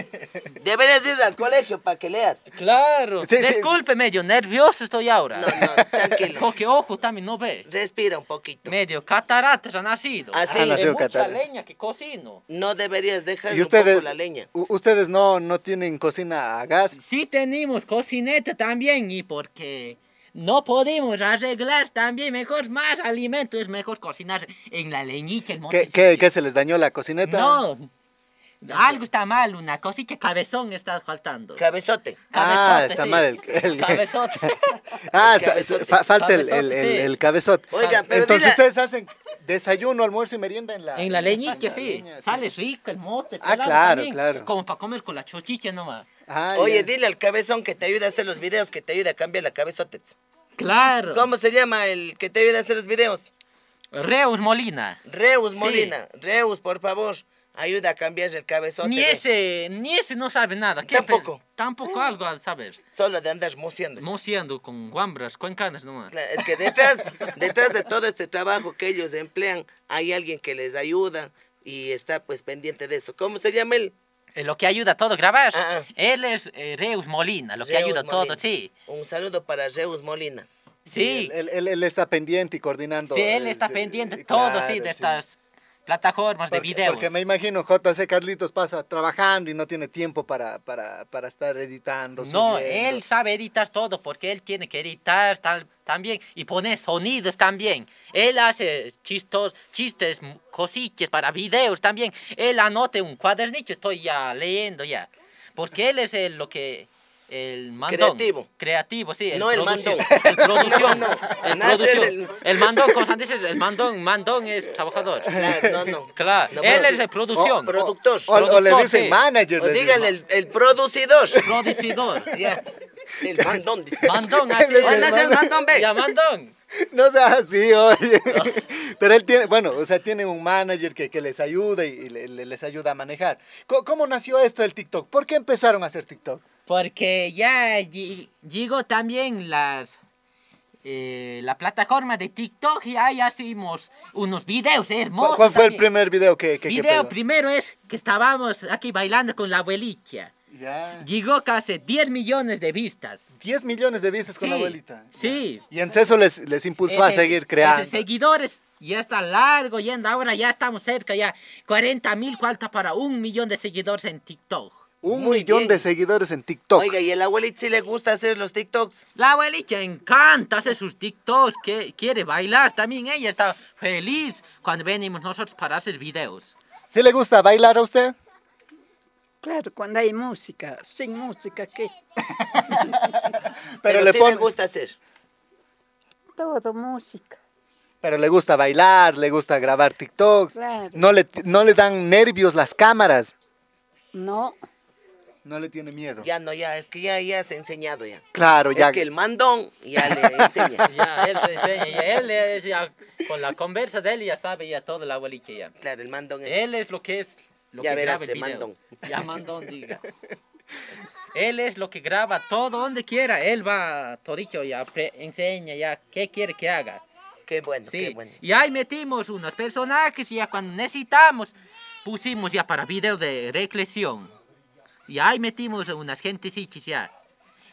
Speaker 1: Deberías ir al colegio para que leas.
Speaker 2: Claro.
Speaker 3: Sí, sí, sí.
Speaker 2: Discúlpeme, yo nervioso estoy ahora.
Speaker 1: No, no, tranquilo.
Speaker 2: Porque ojo también no ve.
Speaker 1: Respira un poquito.
Speaker 2: Medio cataratas ha nacido.
Speaker 1: Así.
Speaker 3: Ah,
Speaker 2: Es
Speaker 3: nacido
Speaker 2: mucha
Speaker 3: catar-
Speaker 2: leña que cocino.
Speaker 1: No deberías dejar
Speaker 3: ¿Y
Speaker 1: un poco
Speaker 3: ustedes,
Speaker 1: la leña.
Speaker 3: u- ustedes no, no tienen cocina a gas?
Speaker 2: Sí tenemos cocineta también y porque no podemos arreglar también mejor más alimento es mejor cocinar en la leñita el
Speaker 3: ¿Qué,
Speaker 2: monte
Speaker 3: qué-
Speaker 2: Sitio.
Speaker 3: qué se les dañó la cocineta?
Speaker 2: No. Algo está mal, una cosita cabezón está faltando.
Speaker 1: Cabezote.
Speaker 3: Ah,
Speaker 2: Cabezote,
Speaker 3: está
Speaker 2: sí.
Speaker 3: mal el, el-
Speaker 2: Cabezote.
Speaker 3: ah, está-
Speaker 1: Cabezote.
Speaker 3: fa- falta el, el,
Speaker 2: Cabezote,
Speaker 3: el-
Speaker 2: sí.
Speaker 3: el cabezote.
Speaker 1: Oigan, pero
Speaker 3: Entonces
Speaker 1: dile-
Speaker 3: ustedes hacen desayuno, almuerzo y merienda en la...
Speaker 2: En la leñique,
Speaker 3: en la
Speaker 2: sí.
Speaker 3: leña,
Speaker 2: Sale rico el mote.
Speaker 3: Ah,
Speaker 2: pelado
Speaker 3: claro,
Speaker 2: también,
Speaker 3: claro.
Speaker 2: Como para comer con la chochicha nomás.
Speaker 3: Ah,
Speaker 1: Oye,
Speaker 3: ya.
Speaker 1: dile al cabezón que te ayude a hacer los videos, que te ayude a cambiar la cabezote.
Speaker 2: Claro.
Speaker 1: ¿Cómo se llama el que te ayuda a hacer los videos?
Speaker 2: Reus Molina.
Speaker 1: Reus
Speaker 2: Sí.
Speaker 1: Molina. Reus, por favor, ayuda a cambiar el cabezote.
Speaker 2: Ni
Speaker 1: ve.
Speaker 2: ese, ni ese no sabe nada. ¿Qué
Speaker 1: Tampoco.
Speaker 2: pe- Tampoco algo al saber.
Speaker 1: Solo de andar mociando.
Speaker 2: No siendo con guambras, cuencanas nomás.
Speaker 1: Claro, Es que detrás, detrás de todo este trabajo que ellos emplean, hay alguien que les ayuda, y está pues pendiente de eso. ¿Cómo se llama él?
Speaker 2: Eh, Lo que ayuda a todo grabar.
Speaker 1: Ah, ah.
Speaker 2: Él es eh, Reus Molina, lo que
Speaker 1: Reus
Speaker 2: ayuda a todo,
Speaker 1: Molina.
Speaker 2: sí.
Speaker 1: Un saludo para Reus Molina.
Speaker 2: Sí,
Speaker 3: Él, él- él está pendiente y coordinando.
Speaker 2: sí, él está
Speaker 3: eh,
Speaker 2: pendiente de todo,
Speaker 3: claro,
Speaker 2: sí, de estas plataformas de
Speaker 3: Porque,
Speaker 2: videos.
Speaker 3: porque me imagino JC Carlitos pasa trabajando y no tiene tiempo para, para, para estar editando.
Speaker 2: No,
Speaker 3: subiendo.
Speaker 2: él sabe editar todo porque él tiene que editar tal- también y poner sonidos también. Él hace chistos, chistes, m- cosillas para videos también. Él anota un cuadernillo, estoy ya leyendo ya. Porque él es el, lo que... El mandón.
Speaker 1: Creativo.
Speaker 2: Creativo, sí.
Speaker 1: No, el
Speaker 2: producción,
Speaker 1: mandón.
Speaker 2: El producción.
Speaker 1: No, no,
Speaker 2: El
Speaker 1: nada es
Speaker 2: producción.
Speaker 1: el-
Speaker 2: El... mandón, como se dice, el mandón, mandón es trabajador.
Speaker 1: Claro, no, no.
Speaker 2: Claro,
Speaker 1: No,
Speaker 2: él
Speaker 1: pero
Speaker 2: es
Speaker 1: sí. Oh,
Speaker 2: el producción.
Speaker 1: productor.
Speaker 3: O, o le
Speaker 2: productor,
Speaker 3: dicen
Speaker 2: sí.
Speaker 3: manager.
Speaker 1: O
Speaker 3: le dicen.
Speaker 1: díganle el, el producidor.
Speaker 2: Producidor.
Speaker 1: Ya. El mandón. dice.
Speaker 2: Mandón,
Speaker 3: Le
Speaker 2: así.
Speaker 3: dicen
Speaker 1: Bueno, ese es mandón, ve.
Speaker 2: Ya, mandón.
Speaker 3: No sea así, oye. Pero él tiene, bueno, o sea, tiene un manager que, que les ayuda y, y le- le- les ayuda a manejar. Co- ¿Cómo, nació esto del TikTok? ¿Por qué empezaron a hacer TikTok?
Speaker 2: Porque ya lli- llegó también las eh, la plataforma de TikTok y ahí hacimos unos videos
Speaker 3: ¿Cu-
Speaker 2: hermosos.
Speaker 3: ¿Cuál fue el
Speaker 2: también.
Speaker 3: primer video que, que, que
Speaker 2: video?
Speaker 3: pegó?
Speaker 2: primero es que estábamos aquí bailando con la abuelita.
Speaker 3: Ya.
Speaker 2: Llegó casi 10 millones de vistas.
Speaker 3: 10 millones de vistas con
Speaker 2: Sí,
Speaker 3: la abuelita.
Speaker 2: sí.
Speaker 3: Y entonces eso les, les impulsó a
Speaker 2: Ese-
Speaker 3: seguir creando.
Speaker 2: ese seguidores ya está largo yendo. Ahora ya estamos cerca, ya 40 mil falta para un millón de seguidores en TikTok.
Speaker 3: Un
Speaker 1: Muy
Speaker 3: millón
Speaker 1: bien.
Speaker 3: de seguidores en TikTok.
Speaker 1: Oiga, y el abuelito sí le gusta hacer los TikToks.
Speaker 2: La abuelita encanta, hace sus TikToks, que quiere bailar también. Ella está feliz cuando venimos nosotros para hacer videos.
Speaker 3: ¿Sí le gusta bailar a usted?
Speaker 4: Claro, cuando hay música, sin música, ¿qué?
Speaker 3: Pero,
Speaker 1: Pero,
Speaker 3: le
Speaker 1: sí
Speaker 3: pone-
Speaker 1: le gusta hacer.
Speaker 4: Todo música.
Speaker 3: Pero le gusta bailar, le gusta grabar TikToks.
Speaker 4: Claro.
Speaker 3: No, le, no le dan nervios las cámaras.
Speaker 4: No,
Speaker 3: No le tiene miedo.
Speaker 1: Ya no, ya, es que ya, ya se ha enseñado ya.
Speaker 3: Claro, ya.
Speaker 1: Es que el mandón ya le enseña.
Speaker 2: Ya, él se enseña, ya, él es ya- con la conversa de él ya sabe ya todo la abuelita ya.
Speaker 1: Claro, el mandón es.
Speaker 2: Él es lo que es, lo
Speaker 1: Ya
Speaker 2: que
Speaker 1: verás,
Speaker 2: graba el
Speaker 1: te
Speaker 2: video.
Speaker 1: mandón.
Speaker 2: Ya mandón, diga. Él es lo que graba todo donde quiera. Él va todito ya, pre- enseña ya qué quiere que haga.
Speaker 1: Qué bueno, qué
Speaker 2: Sí,
Speaker 1: bueno.
Speaker 2: y ahí metimos unos personajes y ya cuando necesitamos pusimos ya para video de reclesión. Y ahí metimos unas gentecitas ya.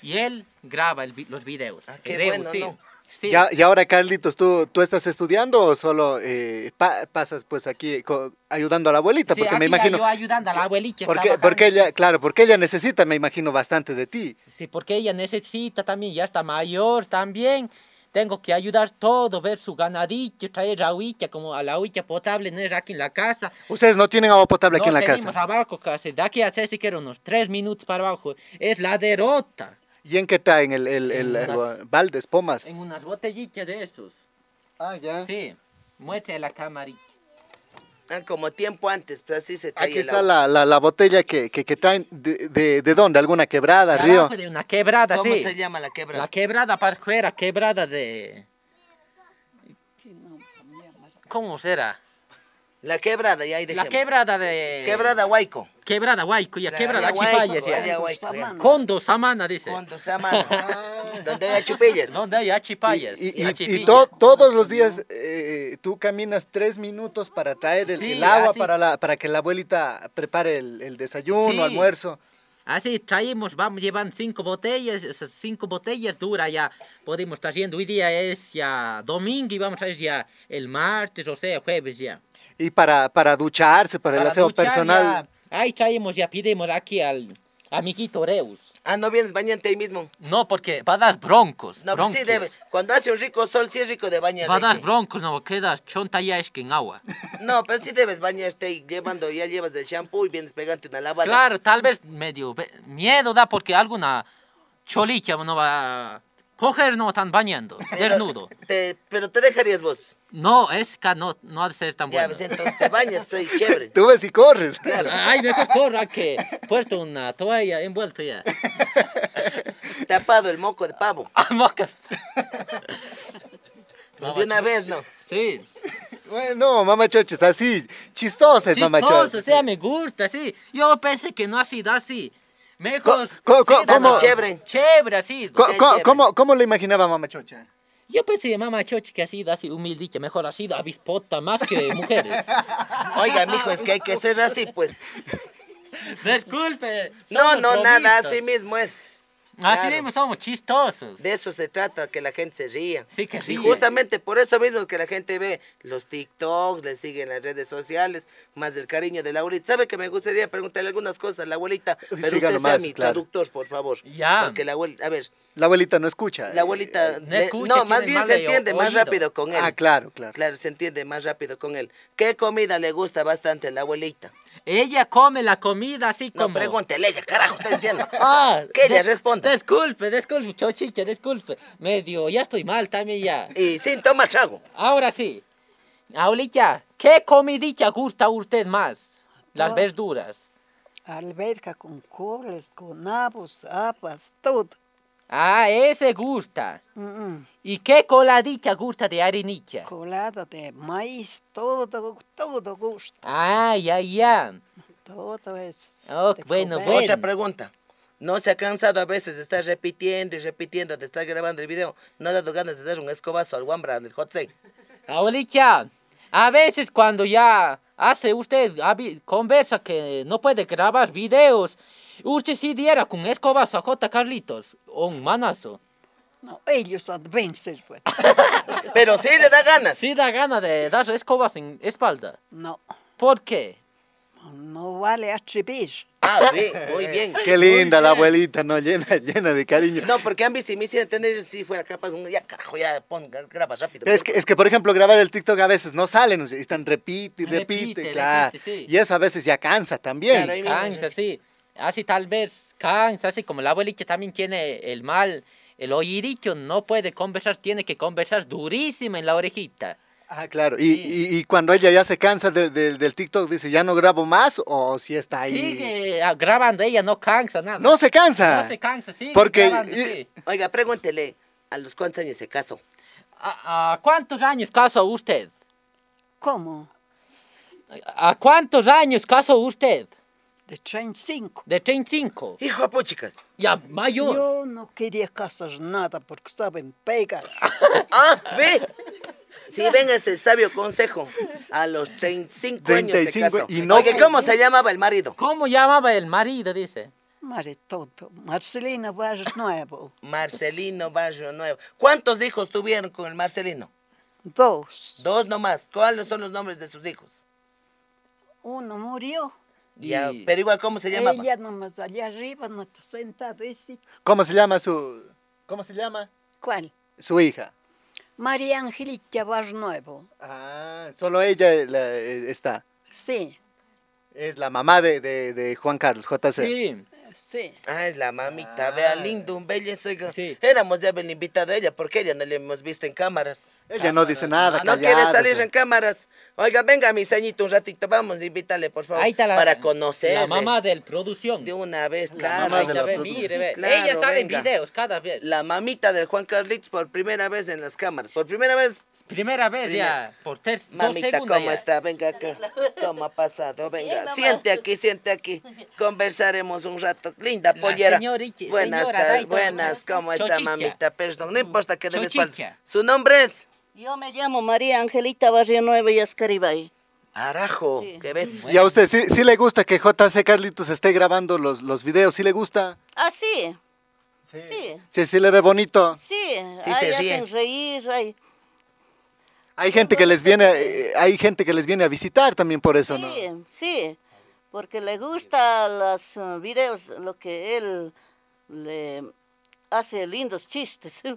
Speaker 2: Y él graba el vi- los videos.
Speaker 1: Ah, qué
Speaker 2: Creo,
Speaker 1: bueno,
Speaker 2: sí.
Speaker 1: ¿no?
Speaker 2: Sí.
Speaker 3: Ya- y ahora, Carlitos, ¿tú, ¿tú estás estudiando o solo eh, pa- pasas pues aquí co- ayudando a la abuelita?
Speaker 2: Sí,
Speaker 3: porque me
Speaker 2: aquí ya
Speaker 3: imagino...
Speaker 2: yo ayudando a la abuelita.
Speaker 3: Porque,
Speaker 2: trabajando.
Speaker 3: porque ella, claro, porque ella necesita, me imagino, bastante de ti.
Speaker 2: Sí, porque ella necesita también, ya está mayor también. Tengo que ayudar todo, ver su ganadito, traer agüita, como a la agüita potable, no era aquí en la casa.
Speaker 3: Ustedes no tienen agua potable aquí en la
Speaker 2: tenemos
Speaker 3: casa.
Speaker 2: abajo casi, de aquí a hacer siquiera unos tres minutos para abajo. Es la derrota.
Speaker 3: ¿Y en qué traen el, el,
Speaker 2: En
Speaker 3: el, el- eh,
Speaker 2: unas-
Speaker 3: baldes, pomas?
Speaker 2: En unas botellitas de esos.
Speaker 3: Ah, ya.
Speaker 2: Sí. Muestra la camarita.
Speaker 1: Ah, como tiempo antes, pues así se traía
Speaker 3: Aquí
Speaker 1: el
Speaker 3: está
Speaker 1: agua.
Speaker 3: la, la, la botella que, que, que traen. ¿De, de, de dónde? ¿Alguna quebrada,
Speaker 2: De
Speaker 3: río?
Speaker 2: abajo de una quebrada,
Speaker 1: ¿Cómo
Speaker 2: sí.
Speaker 1: se llama la quebra?
Speaker 2: La quebrada para afuera, quebrada de. ¿Cómo será?
Speaker 1: La quebrada, ya ahí
Speaker 2: La
Speaker 1: dejemos.
Speaker 2: quebrada de.
Speaker 1: Quebrada Huayco.
Speaker 2: Quebrada, Guayco, ya quebrada,
Speaker 1: Allá Huayco,
Speaker 2: Achipayas,
Speaker 1: allá
Speaker 2: ya.
Speaker 1: Huayco, ya.
Speaker 4: Samana.
Speaker 2: Condo, Samana, dice.
Speaker 1: Cuando se llama. Donde hay chupillas.
Speaker 2: ¿Dónde hay Achipayas?
Speaker 3: Y, y- y
Speaker 2: achipillas.
Speaker 3: to- todos los días eh, tú caminas tres minutos para traer el,
Speaker 2: Sí,
Speaker 3: el agua
Speaker 2: así.
Speaker 3: para, la, para que la abuelita prepare el, el desayuno,
Speaker 2: Sí.
Speaker 3: almuerzo.
Speaker 2: Así traemos, vamos llevando cinco botellas, esas cinco botellas dura ya, podemos estar yendo, hoy día es ya domingo y vamos a ir ya el martes, o sea, jueves ya.
Speaker 3: Y para, para ducharse, para, el
Speaker 2: Para
Speaker 3: aseo
Speaker 2: duchar
Speaker 3: personal.
Speaker 2: ya. ahí traemos, ya pidimos aquí al amiguito Reus.
Speaker 1: Ah, no vienes bañante ahí mismo.
Speaker 2: No, porque va a dar broncos.
Speaker 1: No, pues sí
Speaker 2: bronquias.
Speaker 1: debe. Cuando hace un rico sol, sí es rico de bañar.
Speaker 2: Va a dar broncos, no, quedas chonta ya es que en agua.
Speaker 1: No, pero sí debes bañarte y llevando, ya llevas el shampoo y vienes pegante una lavada.
Speaker 2: Claro, tal vez medio ve- miedo da porque alguna cholicha no va a coger, no están bañando,
Speaker 1: Pero
Speaker 2: desnudo.
Speaker 1: te- pero te dejarías vos.
Speaker 2: No, es que no, no ha de ser tan
Speaker 1: Ya, pues
Speaker 2: bueno.
Speaker 1: ves, entonces te bañas, soy chévere.
Speaker 3: Tú ves y corres.
Speaker 2: Ah, Ay, mejor corra que puesto una toalla envuelto ya.
Speaker 1: Tapado el moco de pavo.
Speaker 2: Ah, mocas.
Speaker 1: De una vez, no.
Speaker 2: Sí.
Speaker 3: Bueno, no, mamachoches, así.
Speaker 2: Chistoso,
Speaker 3: Chistosas,
Speaker 2: o
Speaker 3: mamachoches.
Speaker 2: sea, me gusta, sí. Yo pensé que no ha sido así. Mejor.
Speaker 3: Co- co- co-
Speaker 2: sí, da-
Speaker 1: cómo-
Speaker 2: Chévere, chévere, así.
Speaker 3: Co-
Speaker 1: Qué
Speaker 3: co-
Speaker 1: chévere.
Speaker 3: ¿Cómo, cómo lo imaginaba mamachocha?
Speaker 2: Yo pensé de mamá chochi que ha sido así humildita, mejor ha sido avispota más que mujeres.
Speaker 1: Oiga, mijo, es que hay que ser así, pues.
Speaker 2: Disculpe.
Speaker 1: No,
Speaker 2: somos
Speaker 1: no, nada,
Speaker 2: bromistas.
Speaker 1: así mismo es.
Speaker 2: Así
Speaker 1: claro.
Speaker 2: mismo somos chistosos.
Speaker 1: De eso se trata, que la gente se ría.
Speaker 2: Sí, que
Speaker 1: Y
Speaker 2: ríe.
Speaker 1: justamente por eso mismo es que la gente ve los TikToks, le siguen las redes sociales, más el cariño de la abuelita. ¿Sabe que me gustaría preguntarle algunas cosas a la abuelita?
Speaker 3: Uy,
Speaker 1: Pero
Speaker 3: sígalo
Speaker 1: usted sea
Speaker 3: más,
Speaker 1: mi
Speaker 3: claro.
Speaker 1: traductor, por favor.
Speaker 2: Ya.
Speaker 1: Porque la abuelita, a ver,
Speaker 3: La abuelita no escucha.
Speaker 1: la
Speaker 3: eh,
Speaker 1: abuelita...
Speaker 2: no
Speaker 1: le-
Speaker 2: escucha,
Speaker 1: no,
Speaker 2: tiene
Speaker 1: más bien
Speaker 2: mal
Speaker 1: se
Speaker 2: de
Speaker 1: entiende más
Speaker 2: oído.
Speaker 1: rápido con él.
Speaker 3: Ah, claro, claro.
Speaker 1: Claro, se entiende más rápido con él. ¿Qué comida le gusta bastante a la abuelita?
Speaker 2: Ella come la comida así
Speaker 1: No,
Speaker 2: como.
Speaker 1: pregúntele ella, carajo, está diciendo.
Speaker 2: Ah,
Speaker 1: que ella
Speaker 2: des-
Speaker 1: responda.
Speaker 2: Disculpe, disculpe, chochicha, disculpe. Medio, ya estoy mal también ya.
Speaker 1: Y sin tomar trago.
Speaker 2: Ahora sí. Aulita, ¿qué comidita gusta a usted más? Las
Speaker 4: Ah.
Speaker 2: verduras.
Speaker 4: Alberca con coles, con nabos, apas, todo.
Speaker 2: Ah, ese gusta.
Speaker 4: Mm, mm.
Speaker 2: ¿Y qué coladita gusta de harinilla?
Speaker 4: Colada de maíz, todo, todo gusto,
Speaker 2: Ah, ya, ya.
Speaker 4: todo es.
Speaker 2: Oh,
Speaker 4: de
Speaker 2: bueno,
Speaker 4: comer.
Speaker 2: bueno.
Speaker 1: Otra pregunta. ¿No se ha cansado a veces de estar repitiendo y repitiendo, de estar grabando el video? ¿No ha dado ganas de dar un escobazo al Wambra, del Hot Say?
Speaker 2: Abuelita, a veces cuando ya hace usted habi- conversa que no puede grabar videos, usted si diera con escobazo a J. Carlitos o un manazo.
Speaker 4: No, ellos advences, pues.
Speaker 1: Pero sí le da ganas.
Speaker 2: Sí da gana de dar escobas en espalda.
Speaker 4: No,
Speaker 2: ¿Por qué?
Speaker 4: no vale atribuir.
Speaker 1: Ah, bien, muy bien.
Speaker 3: Qué linda la abuelita, ¿no? Llena, llena de cariño.
Speaker 1: No, porque a mí si me hiciera tener, si fuera capaz, un- ya carajo, ya pon, graba rápido.
Speaker 3: Es que, es que, por ejemplo, grabar el TikTok a veces no salen, o sea, están repite y repite,
Speaker 2: Repite,
Speaker 3: claro.
Speaker 2: repite, sí.
Speaker 3: Y eso a veces ya cansa también.
Speaker 1: Claro, ahí mismo.
Speaker 2: Cansa, sí. Así tal vez cansa, así como la abuelita también tiene el mal, el oírico no puede conversar, tiene que conversar durísimo en la orejita.
Speaker 3: Ah, claro. Y, y- y cuando ella ya se cansa de- de- del TikTok, dice, ya no grabo más o si está ahí.
Speaker 2: Sigue ah, grabando ella, no cansa nada.
Speaker 3: No se cansa.
Speaker 2: No se cansa, sigue
Speaker 3: Porque-
Speaker 2: grabando,
Speaker 3: y-
Speaker 2: sí.
Speaker 1: Oiga, pregúntele, ¿a los cuántos años se casó?
Speaker 2: ¿A, a cuántos años casó usted?
Speaker 4: ¿Cómo?
Speaker 2: ¿A cuántos años casó usted?
Speaker 4: De 35.
Speaker 2: De 35.
Speaker 1: Hijo de puchicas.
Speaker 2: Ya mayor.
Speaker 4: Yo no quería casar nada porque saben pegar.
Speaker 1: Ah, ve. Si ven ese sabio consejo, a los 35, años se
Speaker 3: 35
Speaker 1: casó.
Speaker 3: y no-
Speaker 1: Oiga, ¿cómo se llamaba el marido?
Speaker 2: ¿Cómo llamaba el marido? Dice.
Speaker 4: Mare todo. Marcelina Valles Nuevo.
Speaker 1: Marcelino Barrio Nuevo. ¿Cuántos hijos tuvieron con el Marcelino?
Speaker 4: Dos.
Speaker 1: Dos nomás. ¿Cuáles son los nombres de sus hijos?
Speaker 4: Uno murió.
Speaker 1: Ya,
Speaker 2: Y-
Speaker 1: pero igual, ¿cómo se llamaba?
Speaker 4: Ella nomás allá arriba no está sentada. Ese,
Speaker 3: ¿Cómo se llama su... ¿Cómo se llama?
Speaker 4: ¿Cuál?
Speaker 3: Su hija.
Speaker 4: María Angelita Valles Nuevo.
Speaker 3: Ah, solo ella eh, la- eh, está.
Speaker 4: Sí,
Speaker 3: Es la mamá de, de- de Juan Carlos, JC.
Speaker 2: Sí.
Speaker 4: sí.
Speaker 1: Ah, es la mamita, vea, lindo, un bellezo. oiga.
Speaker 2: Sí.
Speaker 1: Éramos de haber invitado a ella, porque ella no la hemos visto en cámaras.
Speaker 3: Ella no dice
Speaker 2: Ah,
Speaker 1: No
Speaker 3: nada, callada,
Speaker 1: quiere salir
Speaker 2: pues,
Speaker 3: se-
Speaker 1: en cámaras. Oiga, venga, mi sañito, un ratito, vamos, invítale, por favor,
Speaker 2: Ahí está la,
Speaker 1: para conocer
Speaker 2: La mamá del producción.
Speaker 1: de una vez,
Speaker 3: mamá
Speaker 1: claro.
Speaker 2: Ahí
Speaker 3: de
Speaker 2: está,
Speaker 3: la
Speaker 2: ve,
Speaker 3: producción.
Speaker 2: mire, ve.
Speaker 1: Claro,
Speaker 2: Ella sale en
Speaker 1: venga.
Speaker 2: videos cada vez.
Speaker 1: La mamita del Juan Carlitos por primera vez en las cámaras. Por primera vez
Speaker 2: Primera vez
Speaker 1: Primera.
Speaker 2: ya. Por tres, dos
Speaker 1: Mamita,
Speaker 2: segundos
Speaker 1: ¿cómo
Speaker 2: ya.
Speaker 1: está? Venga acá. ¿Cómo ha pasado? Venga, siente aquí, siente aquí. Conversaremos un rato. Linda
Speaker 2: La
Speaker 1: pollera.
Speaker 2: señorita-
Speaker 1: Buenas
Speaker 2: señora,
Speaker 1: tardes,
Speaker 2: Daito,
Speaker 1: buenas.
Speaker 2: ¿no?
Speaker 1: ¿Cómo está,
Speaker 2: Chochicha.
Speaker 1: mamita? Perdón, no importa que dé la espalda.
Speaker 2: Chochicha.
Speaker 1: ¿Su nombre es?
Speaker 6: Yo me llamo María Angelita Barrio Nueva y Ascaribay.
Speaker 1: Arajo, ¿qué ves?
Speaker 3: Y a usted, ¿sí, sí le gusta que JC Carlitos esté grabando los, los videos? ¿Sí le gusta?
Speaker 6: Ah, sí, sí,
Speaker 3: Sí, sí le ve bonito.
Speaker 6: sí.
Speaker 1: Sí
Speaker 6: ahí
Speaker 1: se ríen.
Speaker 6: hacen reír, ahí.
Speaker 3: Hay gente que les viene, eh, hay gente que les viene a visitar también por eso,
Speaker 6: Sí,
Speaker 3: ¿no?
Speaker 6: sí. Porque le gusta los eh, videos, lo que él le hace lindos chistes.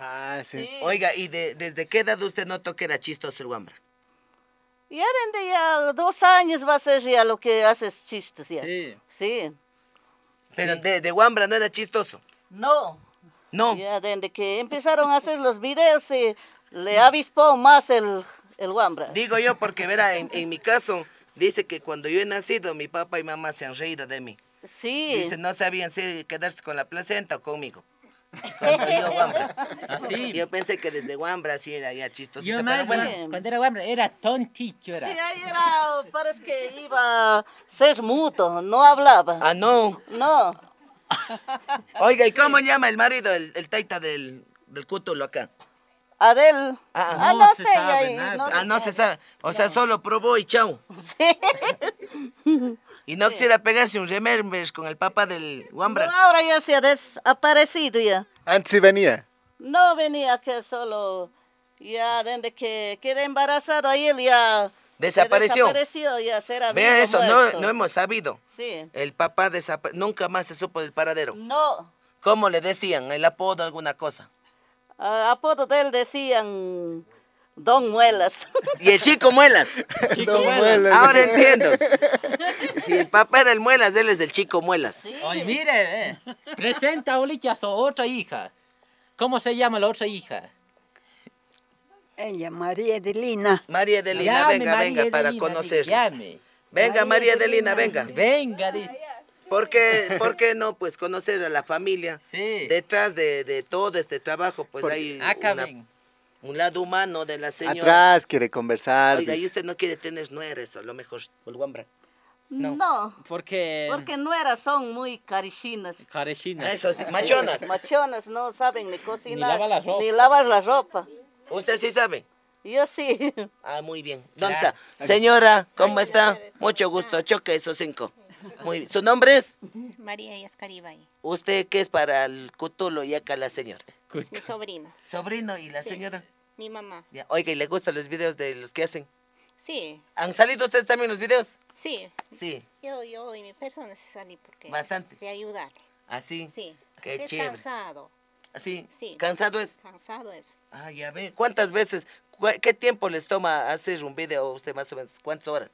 Speaker 3: Ah, sí.
Speaker 1: Oiga, ¿y de- desde qué edad usted notó que era chistoso el guambra?
Speaker 6: Y ahora de ya dos años va a ser ya lo que haces chistes ya.
Speaker 2: Sí.
Speaker 6: Sí.
Speaker 1: Pero de, de guambra no era chistoso.
Speaker 6: No.
Speaker 1: No.
Speaker 6: Ya desde que empezaron a hacer los videos eh, le avispó más el, el guambra.
Speaker 1: Digo yo porque, verá, en, en mi caso, dice que cuando yo he nacido, mi papá y mamá se han reído de mí.
Speaker 6: Sí.
Speaker 1: Dice, no sabían si quedarse con la placenta o conmigo. Cuando yo, Wambra.
Speaker 2: Así.
Speaker 1: Yo pensé que desde Wambra sí era ya chistosito.
Speaker 2: Yo
Speaker 1: Pero
Speaker 2: más,
Speaker 1: bueno,
Speaker 6: bueno.
Speaker 2: cuando era guambra, era tonticho, era.
Speaker 6: Sí, ahí era, parece que iba a ser muto, no hablaba.
Speaker 1: Ah, no.
Speaker 6: No,
Speaker 1: Oiga, ¿y cómo llama el marido, el, el taita del, del cútulo acá?
Speaker 6: Adel.
Speaker 1: Ah,
Speaker 6: Ah,
Speaker 2: no
Speaker 6: no
Speaker 2: se
Speaker 6: sé.
Speaker 2: sabe
Speaker 6: ahí,
Speaker 2: nada.
Speaker 6: no
Speaker 1: Ah,
Speaker 6: se
Speaker 1: no se sabe. O sea, solo probó y chao.
Speaker 6: Sí.
Speaker 1: Y no quisiera pegarse un remermes con el papá del
Speaker 6: No,
Speaker 1: Wambra.
Speaker 6: ahora ya se ha desaparecido ya.
Speaker 3: Antes sí venía.
Speaker 6: No venía que solo, ya desde que quedé embarazada y él ya... se
Speaker 1: Desapareció.
Speaker 6: desapareció, ya será
Speaker 1: Vea
Speaker 6: vivo
Speaker 1: eso,
Speaker 6: muerto.
Speaker 1: no, no hemos sabido.
Speaker 6: Sí.
Speaker 1: El papá desapa- nunca más se supo del paradero.
Speaker 6: No,
Speaker 1: ¿Cómo le decían? ¿El apodo, alguna cosa?
Speaker 6: a apodo de él decían Don Muelas.
Speaker 1: Y el chico Muelas.
Speaker 2: Chico,
Speaker 3: No
Speaker 2: bueno.
Speaker 3: muelas.
Speaker 1: Ahora entiendo. Si el papá era el Muelas, él es el chico Muelas.
Speaker 2: Oye, mire, eh, presenta ahorita a su otra hija. ¿Cómo se llama la otra hija?
Speaker 4: Ella, María Edelina.
Speaker 1: María Delina,
Speaker 2: Llame,
Speaker 1: venga,
Speaker 2: María
Speaker 1: venga, para
Speaker 2: Edelina,
Speaker 1: conocerla.
Speaker 2: Llame.
Speaker 1: Venga, María Delina, venga.
Speaker 2: Venga, dice.
Speaker 1: ¿Por qué, por qué no? Pues conocer a la familia.
Speaker 2: Sí. ah,
Speaker 1: Detrás de, de todo este trabajo, pues hay
Speaker 2: Acá
Speaker 1: una-
Speaker 2: ven.
Speaker 1: un lado humano de la señora.
Speaker 3: Atrás quiere conversar.
Speaker 1: Oiga, y
Speaker 3: dice.
Speaker 1: usted no quiere tener nuera, eso, a lo mejor, Ulguambra.
Speaker 6: No.
Speaker 2: Porque...
Speaker 6: porque no era, son muy carichinas.
Speaker 2: Carechina.
Speaker 1: Ah, Eso, sí, machonas.
Speaker 6: Machonas no saben ni cocinar.
Speaker 2: lavar la ropa.
Speaker 6: Ni lavar la ropa.
Speaker 1: Usted sí sabe.
Speaker 6: Yo sí.
Speaker 1: Ah, muy bien. ¿Dónde
Speaker 2: Claro.
Speaker 1: está? Señora, ¿cómo está? Mucho gusto, choque esos cinco. Muy bien. ¿Su nombre es?
Speaker 7: María Yascaribay,
Speaker 1: ¿Usted qué es para el cutulo y acá la señora?
Speaker 7: es mi sobrina,
Speaker 1: Sobrino y la señora.
Speaker 7: mi mamá.
Speaker 1: Ya, Oiga, ¿y le gustan los videos de los que hacen?
Speaker 7: Sí,
Speaker 1: ¿Han salido ustedes también los videos?
Speaker 7: sí.
Speaker 1: Sí,
Speaker 7: Yo, yo y mi persona se salí porque
Speaker 1: Bastante.
Speaker 7: se ayudar.
Speaker 1: así.
Speaker 7: Sí.
Speaker 1: Qué
Speaker 7: Estoy
Speaker 1: chévere.
Speaker 7: cansado,
Speaker 1: Así.
Speaker 7: Sí.
Speaker 1: ¿Cansado es?
Speaker 7: cansado es.
Speaker 1: Ah, ya ve. ¿Cuántas veces, cua- qué tiempo les toma hacer un video a usted más o menos? ¿Cuántas horas?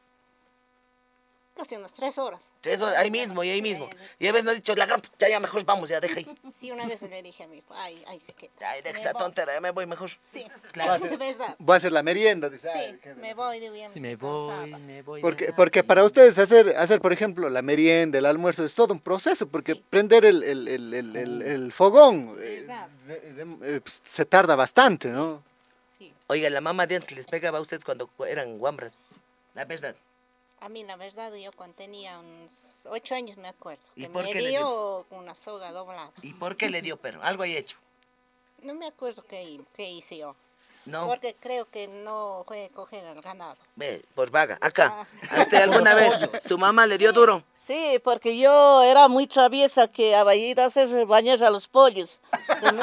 Speaker 7: Casi unas tres horas.
Speaker 1: Tres horas, ahí mismo y ahí mismo. Y a veces nos han dicho, la gran, puta, ya, ya mejor vamos, ya deja ahí.
Speaker 7: Sí, una vez le dije a mi hijo, ay, ay, se queda.
Speaker 1: Ay, deja
Speaker 7: Me
Speaker 1: esta
Speaker 7: voy.
Speaker 1: tontera, me voy mejor.
Speaker 7: Sí,
Speaker 1: Claro.
Speaker 7: claro. verdad.
Speaker 3: Voy a hacer la merienda. Dice. Ay,
Speaker 7: Sí,
Speaker 3: qué
Speaker 7: me voy, digo, ya me,
Speaker 2: Me
Speaker 7: estoy
Speaker 2: voy,
Speaker 7: cansada.
Speaker 2: me voy.
Speaker 3: Porque,
Speaker 2: nada.
Speaker 3: porque para ustedes hacer, hacer, por ejemplo, la merienda, el almuerzo, es todo un proceso, porque prender el, el- el- el- el- el fogón eh, de- de- eh, pues, se tarda bastante, ¿no?
Speaker 1: Oiga, la mamá de antes les pegaba a ustedes cuando eran guambras. La verdad.
Speaker 7: A mí, la verdad, yo cuando tenía unos ocho años, me acuerdo,
Speaker 1: ¿Y
Speaker 7: que
Speaker 1: por
Speaker 7: me
Speaker 1: qué le
Speaker 7: dio una soga doblada.
Speaker 1: ¿Y por qué le dio perro? Algo hay hecho.
Speaker 7: No me acuerdo qué, qué hice yo.
Speaker 1: No,
Speaker 7: Porque creo que no fue coger al ganado.
Speaker 1: ve, por vaga, acá.
Speaker 6: Ah.
Speaker 1: ¿A usted alguna vez su mamá le dio duro?
Speaker 6: Sí, porque yo era muy traviesa que a Vallida se bañar a los pollos. Se me-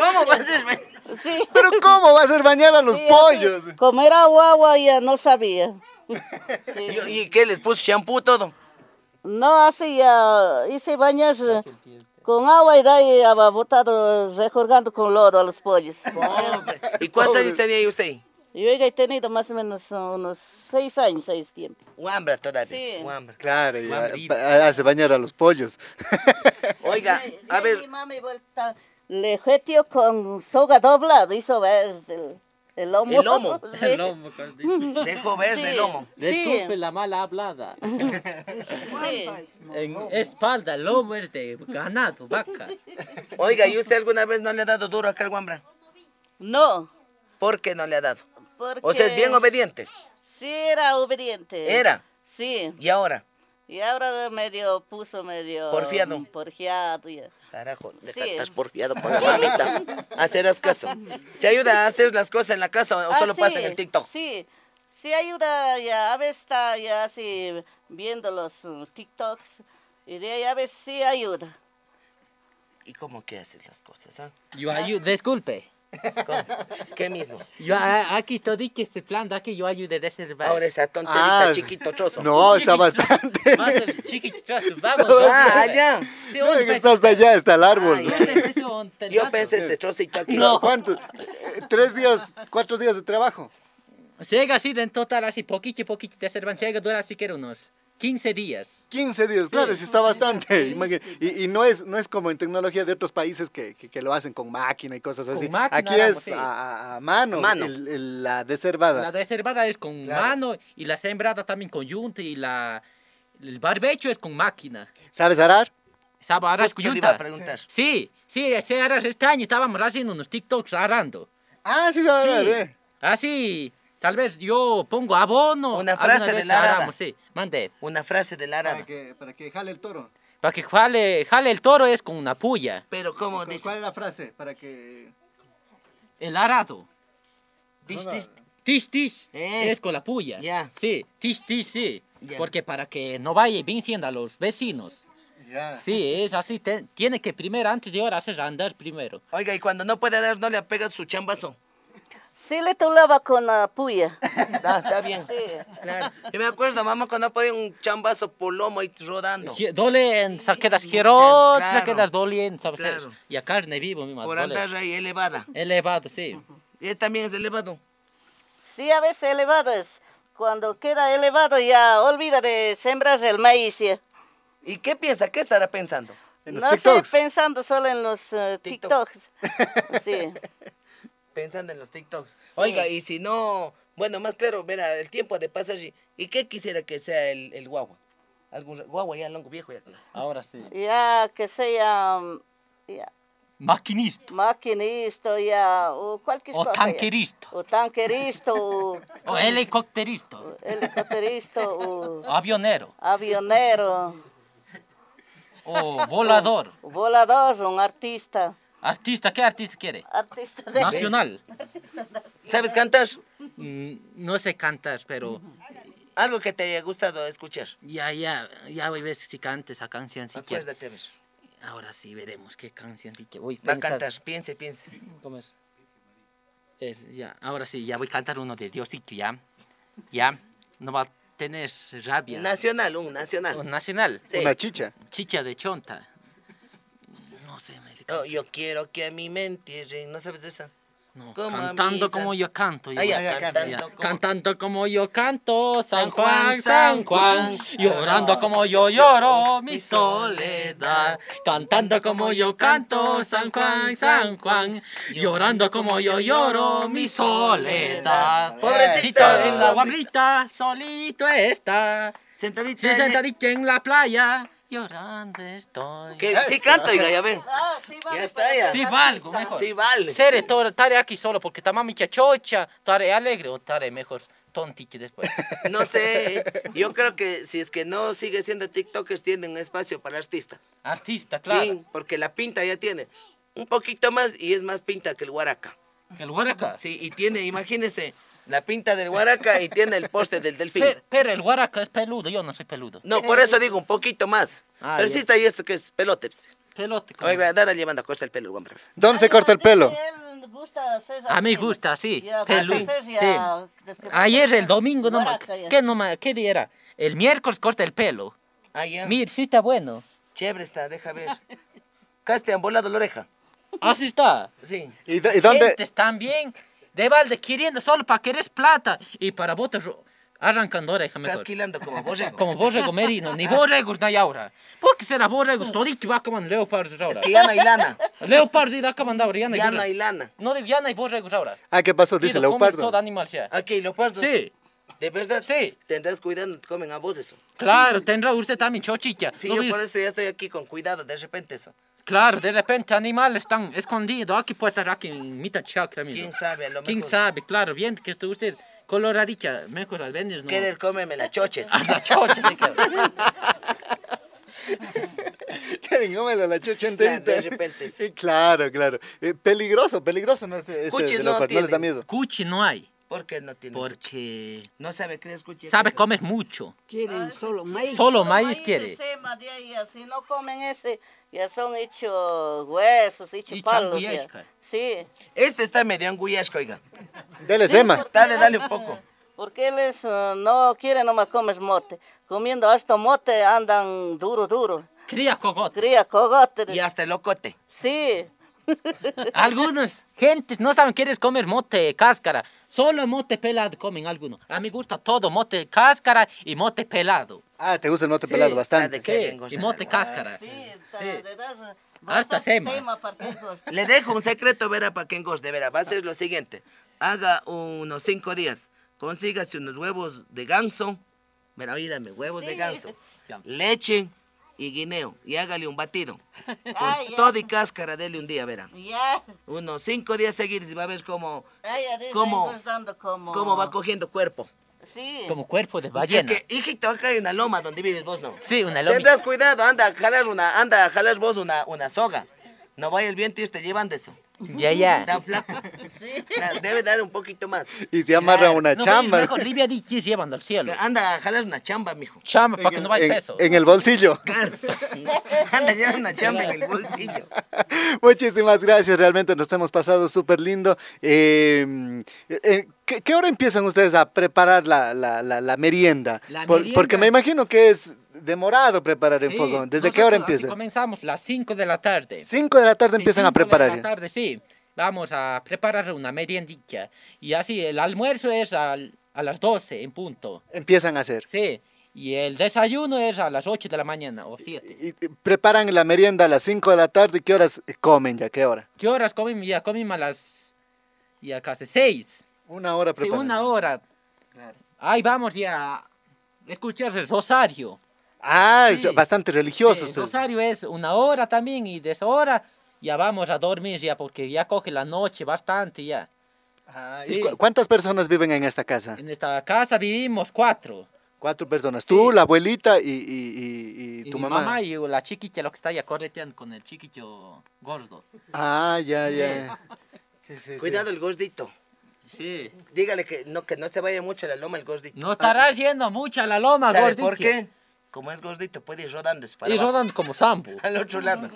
Speaker 1: ¿Cómo va a ser? ve?
Speaker 6: Sí.
Speaker 3: Pero ¿cómo va a hacer bañar a los
Speaker 6: Sí,
Speaker 3: pollos?
Speaker 6: así, Como era guagua, ya no sabía. Sí.
Speaker 1: Yo- ¿Y qué les puso shampoo todo?
Speaker 6: No hacía, hice bañar con agua y de ahí había botado, rejurgando con lodo a los pollos.
Speaker 1: Pobre. ¿Y cuántos años tenía ahí usted?
Speaker 6: Yo he tenido más o menos unos seis años a ese tiempo.
Speaker 1: Guambra todavía.
Speaker 6: Sí.
Speaker 1: guambra.
Speaker 3: Claro, y,
Speaker 2: Juan
Speaker 3: ah,
Speaker 2: Brito.
Speaker 3: pa- hace bañar a los pollos.
Speaker 1: Oiga, a
Speaker 6: Mi
Speaker 1: ver,
Speaker 6: mami vuelta, le jetió con soga doblada, hizo ver del- el lomo.
Speaker 1: El lomo.
Speaker 6: Sí.
Speaker 2: El lomo, cuando dice.
Speaker 1: dejo ver el
Speaker 6: Sí.
Speaker 1: lomo.
Speaker 6: Sí,
Speaker 2: Disculpe la mala hablada.
Speaker 6: sí.
Speaker 2: En espalda, lomo es de ganado, vaca.
Speaker 1: Oiga, ¿y usted alguna vez no le ha dado duro acá al guambra?
Speaker 6: No,
Speaker 1: ¿Por qué no le ha dado?
Speaker 6: porque...
Speaker 1: O sea, es bien obediente.
Speaker 6: Sí, era obediente.
Speaker 1: Era.
Speaker 6: Sí.
Speaker 1: ¿Y ahora?
Speaker 6: Y ahora medio puso medio...
Speaker 1: Porfiado.
Speaker 6: mm, Porfiado, ya.
Speaker 1: Carajo, deja,
Speaker 6: Sí.
Speaker 1: estás porfiado por la mamita. Hacerás caso. ¿Se ayuda a hacer las cosas en la casa o
Speaker 6: Ah,
Speaker 1: solo pasa
Speaker 6: sí,
Speaker 1: en el TikTok?
Speaker 6: Sí, sí ayuda, ya a veces está ya así viendo los uh, TikToks y de ahí a veces sí ayuda.
Speaker 1: ¿Y cómo que haces las cosas? ah?
Speaker 2: Yo ayu- disculpe.
Speaker 1: ¿Cómo? ¿Qué mismo?
Speaker 2: Yo a- aquí todo dicho este plan de aquí yo ayude de ser
Speaker 1: Ahora esa tonterita
Speaker 3: Ah.
Speaker 1: chiquito trozo.
Speaker 3: No, está bastante.
Speaker 2: Más el chiqui- tras- vamos.
Speaker 1: Ah, allá.
Speaker 2: Sí,
Speaker 3: No,
Speaker 2: un
Speaker 3: que
Speaker 2: pe-
Speaker 3: está hasta allá, hasta el árbol.
Speaker 1: Ah,
Speaker 2: Ese es un
Speaker 1: Yo
Speaker 2: telgazo.
Speaker 1: pensé este trocito aquí.
Speaker 3: ¿Cuánto? Eh, ¿Tres días, cuatro días de trabajo?
Speaker 2: Llega así de en total, así poquito, poquito de ser llega dura siquiera unos 15 días.
Speaker 3: 15 días, claro, sí está bastante. imagina- Y, y no es no es como en tecnología de otros países que, que, que lo hacen con máquina y cosas así.
Speaker 2: máquina
Speaker 3: Aquí
Speaker 2: hagamos,
Speaker 3: es
Speaker 2: sí.
Speaker 3: a, a- a mano,
Speaker 1: A mano.
Speaker 3: el- el- la deservada.
Speaker 2: La reservada es con mano y la sembrada también con yunta y la el barbecho es con máquina.
Speaker 3: ¿Sabes arar?
Speaker 2: Sabe, ahora es
Speaker 1: Justo
Speaker 2: con
Speaker 1: le iba a
Speaker 2: yunta.
Speaker 1: preguntar.
Speaker 2: Sí, sí, ese ahora este año estábamos haciendo unos TikToks arando.
Speaker 3: Ah, sí, sabes arar,
Speaker 2: Sí.
Speaker 3: eh.
Speaker 2: Así, tal vez yo pongo abono.
Speaker 1: Una
Speaker 2: alguna
Speaker 1: frase de
Speaker 2: vez
Speaker 1: la arada.
Speaker 2: aramos, Sí, mande.
Speaker 1: Una frase de la
Speaker 3: Para
Speaker 1: arada.
Speaker 3: que, para que jale el toro.
Speaker 2: Para que jale, jale el toro es con una puya.
Speaker 1: Pero ¿cómo
Speaker 3: ¿Cu-
Speaker 1: dice?
Speaker 3: ¿Cuál es la frase? Para que...
Speaker 2: El arado.
Speaker 1: Tish,
Speaker 3: No, no.
Speaker 1: tish.
Speaker 2: Tish tish
Speaker 1: Eh.
Speaker 2: es con la puya.
Speaker 1: Ya.
Speaker 2: Sí, tish tish sí.
Speaker 1: Ya.
Speaker 2: Porque para que no vaya venciendo a los vecinos.
Speaker 3: Ya.
Speaker 2: Sí, es así. te- tiene que primero, antes de ahora, hacer andar primero.
Speaker 1: Oiga, y cuando no puede dar, no le apega su chambazo.
Speaker 6: Sí le tolaba con la puya.
Speaker 1: Da- Está bien.
Speaker 6: Sí.
Speaker 1: Claro. Yo me acuerdo, mamá, cuando no podía un chambazo polomo ahí rodando.
Speaker 2: Dole Dolen, saquedas hierot,
Speaker 1: claro.
Speaker 2: saquedas dolien, ¿sabes?
Speaker 1: Claro.
Speaker 2: Y a carne vivo, mi madre.
Speaker 1: Por
Speaker 2: dole.
Speaker 1: andar ahí elevada.
Speaker 2: Elevado, sí.
Speaker 1: Y él también es elevado.
Speaker 6: Sí, a veces elevado es. Cuando queda elevado ya olvida de sembrar el maíz. ya.
Speaker 1: ¿Y qué piensa? ¿Qué estará pensando?
Speaker 3: En los
Speaker 6: no
Speaker 3: TikToks.
Speaker 6: sé, pensando solo en los eh,
Speaker 1: TikToks.
Speaker 6: TikToks. Sí.
Speaker 1: Pensando en los TikToks. Oiga, y si no, bueno, más claro, verá, el tiempo de pasar. ¿Y ¿y qué quisiera que sea el, el guagua? Algún re- guagua ya, longo viejo ya.
Speaker 2: Ahora sí.
Speaker 6: Ya que sea mm, ya,
Speaker 2: Maquinista.
Speaker 6: maquinista ya, o cualquier
Speaker 2: O
Speaker 6: cosa. ya.
Speaker 2: tanquerista.
Speaker 6: O tanquerista, o
Speaker 2: O helicópterista.
Speaker 6: helicópterista, o
Speaker 2: O avionero.
Speaker 6: avionero,
Speaker 2: O volador.
Speaker 6: o volador, un artista.
Speaker 2: Artista, ¿qué artista quiere?
Speaker 6: Artista
Speaker 2: Ah.
Speaker 6: de...
Speaker 2: Nacional.
Speaker 1: ¿Sabes cantar?
Speaker 2: Mm, No sé cantar, pero
Speaker 1: Algo que te haya gustado escuchar.
Speaker 2: ya, ya, ya voy a ver si canta esa canción si quiere.
Speaker 1: Acuérdate, a ver.
Speaker 2: Ahora sí veremos qué canción sí que voy a
Speaker 1: Va a
Speaker 2: pensar.
Speaker 1: cantar, piense, piense.
Speaker 2: ¿Cómo es? Es, ya, ahora sí, ya voy a cantar uno de Dios y que ya, ya, no va a tener rabia.
Speaker 1: Nacional, un nacional.
Speaker 2: Un nacional,
Speaker 1: Sí.
Speaker 3: Una chicha.
Speaker 2: chicha de chonta. No sé, me
Speaker 1: Oh, yo quiero que a mí me entierren. ¿No sabes de esa?
Speaker 2: no,
Speaker 1: como a
Speaker 2: cantando
Speaker 1: mí,
Speaker 2: como
Speaker 1: San-
Speaker 2: yo canto. yo
Speaker 1: Ah,
Speaker 2: voy a
Speaker 1: ya,
Speaker 3: ya,
Speaker 2: cantar,
Speaker 1: cantando
Speaker 2: ya.
Speaker 1: como-
Speaker 2: Cantando como yo canto, San
Speaker 1: San
Speaker 2: Juan,
Speaker 1: Juan,
Speaker 2: San
Speaker 1: San
Speaker 2: Juan,
Speaker 1: Juan.
Speaker 2: llorando
Speaker 1: Ah.
Speaker 2: como yo lloro mi
Speaker 1: Mi
Speaker 2: soledad,
Speaker 1: soledad.
Speaker 2: cantando como yo canto, San Juan, San Juan, llorando como yo lloro mi soledad.
Speaker 1: Pobrecito.
Speaker 2: Pobrecito en la guambrita, solito está,
Speaker 1: Sentadita.
Speaker 2: si
Speaker 1: en el-
Speaker 2: sentadito en la playa, llorando estoy.
Speaker 1: Que sí canto, oiga, ya ven.
Speaker 6: Ah, sí, vale,
Speaker 1: Ya
Speaker 6: para
Speaker 1: está, ya.
Speaker 2: Sí, valgo mejor.
Speaker 1: Sí, vale.
Speaker 2: Seré todo, estaré aquí solo porque está mami chachocha, estaré alegre o estaré mejor tontiche después.
Speaker 1: No sé, yo creo que si es que no sigue siendo TikTokers, tienen espacio para artista.
Speaker 2: Artista, claro.
Speaker 1: Sí, porque la pinta ya tiene. Un poquito más y es más pinta que el guaraca.
Speaker 2: El Huaraca.
Speaker 1: Sí, y tiene, imagínense, la pinta del guaraca y tiene el poste del delfín.
Speaker 2: Pero, pero el Huaraca es peludo, yo no soy peludo.
Speaker 1: No, por eso digo un poquito más.
Speaker 2: Ah,
Speaker 1: Pero
Speaker 2: ya. Ah.
Speaker 1: sí está ahí esto que es pelote. pues.
Speaker 2: Pelote. como-
Speaker 1: Oiga, Dara llevando a costa el pelo, el hombre.
Speaker 3: ¿Dónde se corta el pelo?
Speaker 6: Él gusta hacer
Speaker 2: A mí
Speaker 6: así.
Speaker 2: gusta, sí.
Speaker 6: Ya,
Speaker 2: peludo.
Speaker 6: hacer
Speaker 2: sí.
Speaker 6: ya, después-
Speaker 2: Ayer el domingo, no ma-
Speaker 6: Guaraca, ya.
Speaker 2: ¿qué, no ma- ¿qué día era? El miércoles corta el pelo.
Speaker 1: Ah, ya.
Speaker 2: Mir, sí está bueno.
Speaker 1: Chévere está, deja ver. Casi te han volado la oreja.
Speaker 2: Así está.
Speaker 1: Sí.
Speaker 3: ¿Y, do- y dónde?
Speaker 2: Gentes también. De balde queriendo solo para querer plata y para botas ro- arrancando oreja mejor.
Speaker 1: Trasquilando como borrego.
Speaker 2: Como borrego merino, ni borregos no hay ahora. ¿Por qué será borregos? Todito va acabando leopardos ahora.
Speaker 1: Es que ya no hay lana.
Speaker 2: Leopardo irá acabando ahora, ya no hay
Speaker 1: Ya
Speaker 2: borre-
Speaker 1: no hay lana.
Speaker 2: No digo, ya no hay borregos ahora.
Speaker 3: Ah, ¿qué pasó? Dice
Speaker 2: Pido, comen
Speaker 3: Leopardo.
Speaker 2: todo animal sea.
Speaker 1: Aquí, los pastos.
Speaker 2: Sí,
Speaker 1: ¿De verdad?
Speaker 2: Sí.
Speaker 1: Tendrás cuidado, no te comen a vos eso.
Speaker 2: claro, tendrá usted también chochicha.
Speaker 1: Sí,
Speaker 2: ¿No
Speaker 1: yo
Speaker 2: ves?
Speaker 1: por eso ya estoy aquí con cuidado, de repente eso.
Speaker 2: Claro, de repente animales están escondidos. Aquí puede estar aquí en mitad chakra. mira.
Speaker 1: ¿Quién sabe? A lo
Speaker 2: ¿Quién
Speaker 1: mejor-
Speaker 2: sabe? Claro, bien que está usted coloradicha. Mejor al venir no.
Speaker 1: Querer cómeme las choches.
Speaker 2: A la chocha, sí que-
Speaker 3: Karen, cómela la chucha enterita.
Speaker 1: de repente, sí.
Speaker 3: Sí, claro, claro. Eh, peligroso, peligroso no este, este
Speaker 1: Cuchis
Speaker 3: de
Speaker 1: no
Speaker 3: Leopardo. No les da
Speaker 1: tienen.
Speaker 3: miedo.
Speaker 2: Cuchi no hay,
Speaker 1: ¿Por qué no tiene?
Speaker 2: porque
Speaker 1: No sabe que le escuché.
Speaker 2: sabe comes mucho.
Speaker 4: Quieren solo maíz.
Speaker 2: Solo
Speaker 6: Maíz
Speaker 2: maíz
Speaker 6: se
Speaker 2: quiere.
Speaker 6: sema de ahí, si no comen ese, ya son hechos huesos, hechos
Speaker 2: Y
Speaker 6: palos. ya.
Speaker 2: changullesca.
Speaker 6: Sí,
Speaker 1: Este está medio anguillasco, oiga.
Speaker 3: Dele Zema.
Speaker 1: Dale, dale un poco.
Speaker 6: porque ellos eh, no quieren nomás comer mote. Comiendo hasta mote andan duro, duro.
Speaker 2: Cría cogote.
Speaker 6: Cría cogote.
Speaker 1: Y hasta el locote.
Speaker 6: Sí.
Speaker 2: Algunos gentes no saben quieres comer mote cáscara. Solo mote pelado comen algunos. A mí gusta todo mote cáscara y mote pelado.
Speaker 3: Ah, te gusta el mote
Speaker 2: Sí.
Speaker 3: pelado
Speaker 1: Ah,
Speaker 3: bastante.
Speaker 1: de-
Speaker 2: Sí,
Speaker 1: bien
Speaker 2: y
Speaker 1: gozas,
Speaker 2: mote
Speaker 1: hermano.
Speaker 2: cáscara.
Speaker 6: Sí,
Speaker 2: Sí.
Speaker 6: de dar
Speaker 2: Harta
Speaker 6: bastante
Speaker 2: sema.
Speaker 6: para que ellos-
Speaker 1: Le dejo un secreto, verá, para que engorde, verá. Va a ser lo siguiente. Haga unos cinco días. Consígase unos huevos de ganso. Verá, mírame, huevos de ganso.
Speaker 2: Ya.
Speaker 1: Leche y guineo. Y hágale un batido.
Speaker 6: Ah,
Speaker 1: Con
Speaker 6: ya.
Speaker 1: todo y cáscara, dele un día, verá.
Speaker 6: Ya,
Speaker 1: Unos cinco días seguidos y va a ver cómo,
Speaker 6: ah, ya dicen,
Speaker 1: ¿Cómo?
Speaker 6: ellos dando como...
Speaker 1: cómo va cogiendo cuerpo.
Speaker 6: Sí.
Speaker 2: Como cuerpo de ballena.
Speaker 1: Es que, hijito, acá hay una loma donde vives vos, ¿no?
Speaker 2: Sí, una lomita.
Speaker 1: Tendrás cuidado, anda a jalar una, anda a jalar vos una, una soga. No vaya el viento y te llevando eso.
Speaker 2: Ya, ya.
Speaker 1: Está flaco. Na- Debe dar un poquito más.
Speaker 3: Y se amarra una
Speaker 2: No,
Speaker 3: chamba.
Speaker 2: Mejor Libia di que llevan al cielo.
Speaker 1: Anda a jalar una chamba, mijo.
Speaker 2: Chamba para que
Speaker 3: en,
Speaker 2: no vaya
Speaker 3: en-
Speaker 2: peso.
Speaker 3: en el bolsillo.
Speaker 1: Anda a llevar una chamba en el bolsillo.
Speaker 3: Muchísimas gracias, realmente nos hemos pasado súper lindo. Eh, eh, ¿qué, qué hora empiezan ustedes a preparar la, la- la- la merienda?
Speaker 2: La merienda.
Speaker 3: Porque me imagino que es demorado preparar en
Speaker 2: Sí,
Speaker 3: fogón. ¿Desde qué hora
Speaker 2: nosotros aquí
Speaker 3: empiezan?
Speaker 2: Comenzamos las 5 de la tarde.
Speaker 3: 5 de la tarde empiezan a
Speaker 2: cinco de
Speaker 3: preparar.
Speaker 2: la
Speaker 3: ya.
Speaker 2: tarde, sí. Vamos a preparar una meriendita. Y así, el almuerzo es al- a las 12 en punto.
Speaker 3: Empiezan a hacer.
Speaker 2: Sí. Y el desayuno es a las 8 de la mañana o 7.
Speaker 3: Y- y preparan la merienda a las 5 de la tarde. ¿Qué horas comen ya? ¿Qué hora?
Speaker 2: ¿Qué horas comimos? Ya comimos a las. Ya casi 6.
Speaker 3: Una hora
Speaker 2: Sí,
Speaker 3: preparan.
Speaker 2: una hora. Ahí vamos ya a escuchar el rosario.
Speaker 3: Ah,
Speaker 2: Sí.
Speaker 3: bastante religioso
Speaker 2: Sí, el
Speaker 3: ustedes.
Speaker 2: rosario es una hora también y de esa hora ya vamos a dormir ya porque ya coge la noche bastante ya.
Speaker 3: Ah, ¿y
Speaker 2: Sí.
Speaker 3: cu- ¿Cuántas personas viven en esta casa?
Speaker 2: En esta casa vivimos cuatro.
Speaker 3: Cuatro personas. Tú,
Speaker 2: Sí.
Speaker 3: la abuelita y, y- y- y
Speaker 2: Y
Speaker 3: tu
Speaker 2: mi
Speaker 3: mamá.
Speaker 2: y la chiquilla, lo que está ya correteando con el chiquillo gordo.
Speaker 3: Ah, ya, ya. Sí, sí, sí.
Speaker 1: Cuidado el gordito.
Speaker 2: Sí.
Speaker 1: Dígale que no, que no se vaya mucho a la loma el gordito.
Speaker 2: No estará yendo mucho a la loma,
Speaker 1: ¿Sabe
Speaker 2: gordito.
Speaker 1: por qué? Como es gordito, puede ir rodando. eso para
Speaker 2: Y
Speaker 1: abajo.
Speaker 2: rodan como sambo.
Speaker 1: Al otro lado.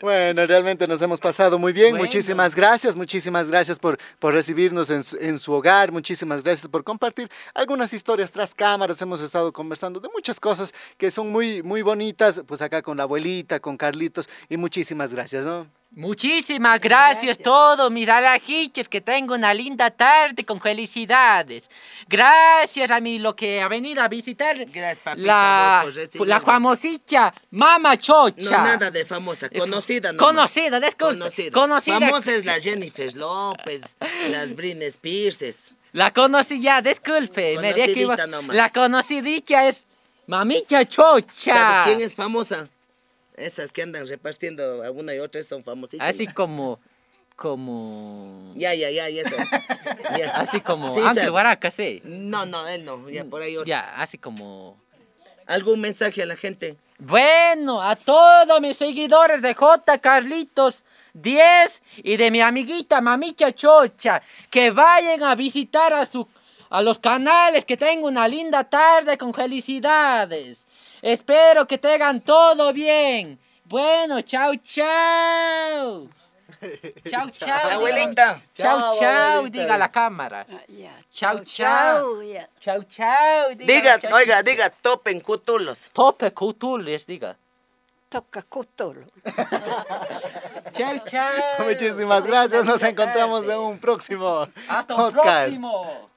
Speaker 3: Bueno, realmente nos hemos pasado muy bien.
Speaker 2: Bueno.
Speaker 3: Muchísimas gracias, muchísimas gracias por, por recibirnos en su, en su hogar. Muchísimas gracias por compartir algunas historias tras cámaras. Hemos estado conversando de muchas cosas que son muy, muy bonitas. Pues acá con la abuelita, con Carlitos. Y muchísimas gracias, ¿no?
Speaker 2: Muchísimas gracias a todos mis alajiches, que tengo una linda tarde con felicidades. Gracias a mí lo que ha venido a visitar
Speaker 1: Gracias, papito,
Speaker 2: la,
Speaker 1: vos por recibirme.
Speaker 2: la famosilla
Speaker 1: No,
Speaker 2: Mama Chocha.
Speaker 1: nada de famosa, conocida. nomás.
Speaker 2: Conocida, disculpe.
Speaker 1: Conocida.
Speaker 2: Conocida.
Speaker 1: Famosa es la Jennifer López, las Britney Spears.
Speaker 2: La conocí ya, disculpe, me había
Speaker 1: Conocidita
Speaker 2: equivocado.
Speaker 1: nomás.
Speaker 2: La conocidilla es Mamilla Chocha.
Speaker 1: ¿Sabes quién es famosa? Esas que andan repartiendo a una y otra son famosísimas.
Speaker 2: Así como, como,
Speaker 1: Ya, ya, ya, ya. sabes. Ya.
Speaker 2: así como
Speaker 1: Sí,
Speaker 2: Ángel
Speaker 1: sabes.
Speaker 2: Guaraca, sí.
Speaker 1: No, no, él no. Ya por ahí otros.
Speaker 2: Ya, así como...
Speaker 1: ¿Algún mensaje a la gente?
Speaker 2: Bueno, a todos mis seguidores de J. Carlitos 10 y de mi amiguita Mamicha Chocha, que vayan a visitar a, su, a los canales, que tengan una linda tarde con felicidades. Espero que tengan todo bien. Bueno, chao, chao. Chao, chao.
Speaker 1: Abuelita.
Speaker 2: Chao,
Speaker 3: Chao,
Speaker 2: chao,
Speaker 3: abuelita.
Speaker 2: diga la cámara.
Speaker 4: Ah, ya.
Speaker 2: Chao, chao.
Speaker 4: ya.
Speaker 2: Chao, chao.
Speaker 1: Diga,
Speaker 2: chao,
Speaker 1: oiga,
Speaker 2: chao.
Speaker 1: diga, topen cutulos.
Speaker 2: Tope cutules, diga.
Speaker 4: Toca cutolo.
Speaker 2: Chao, chao.
Speaker 3: Muchísimas gracias. Nos encontramos en un próximo
Speaker 2: Hasta un
Speaker 3: podcast.
Speaker 2: próximo.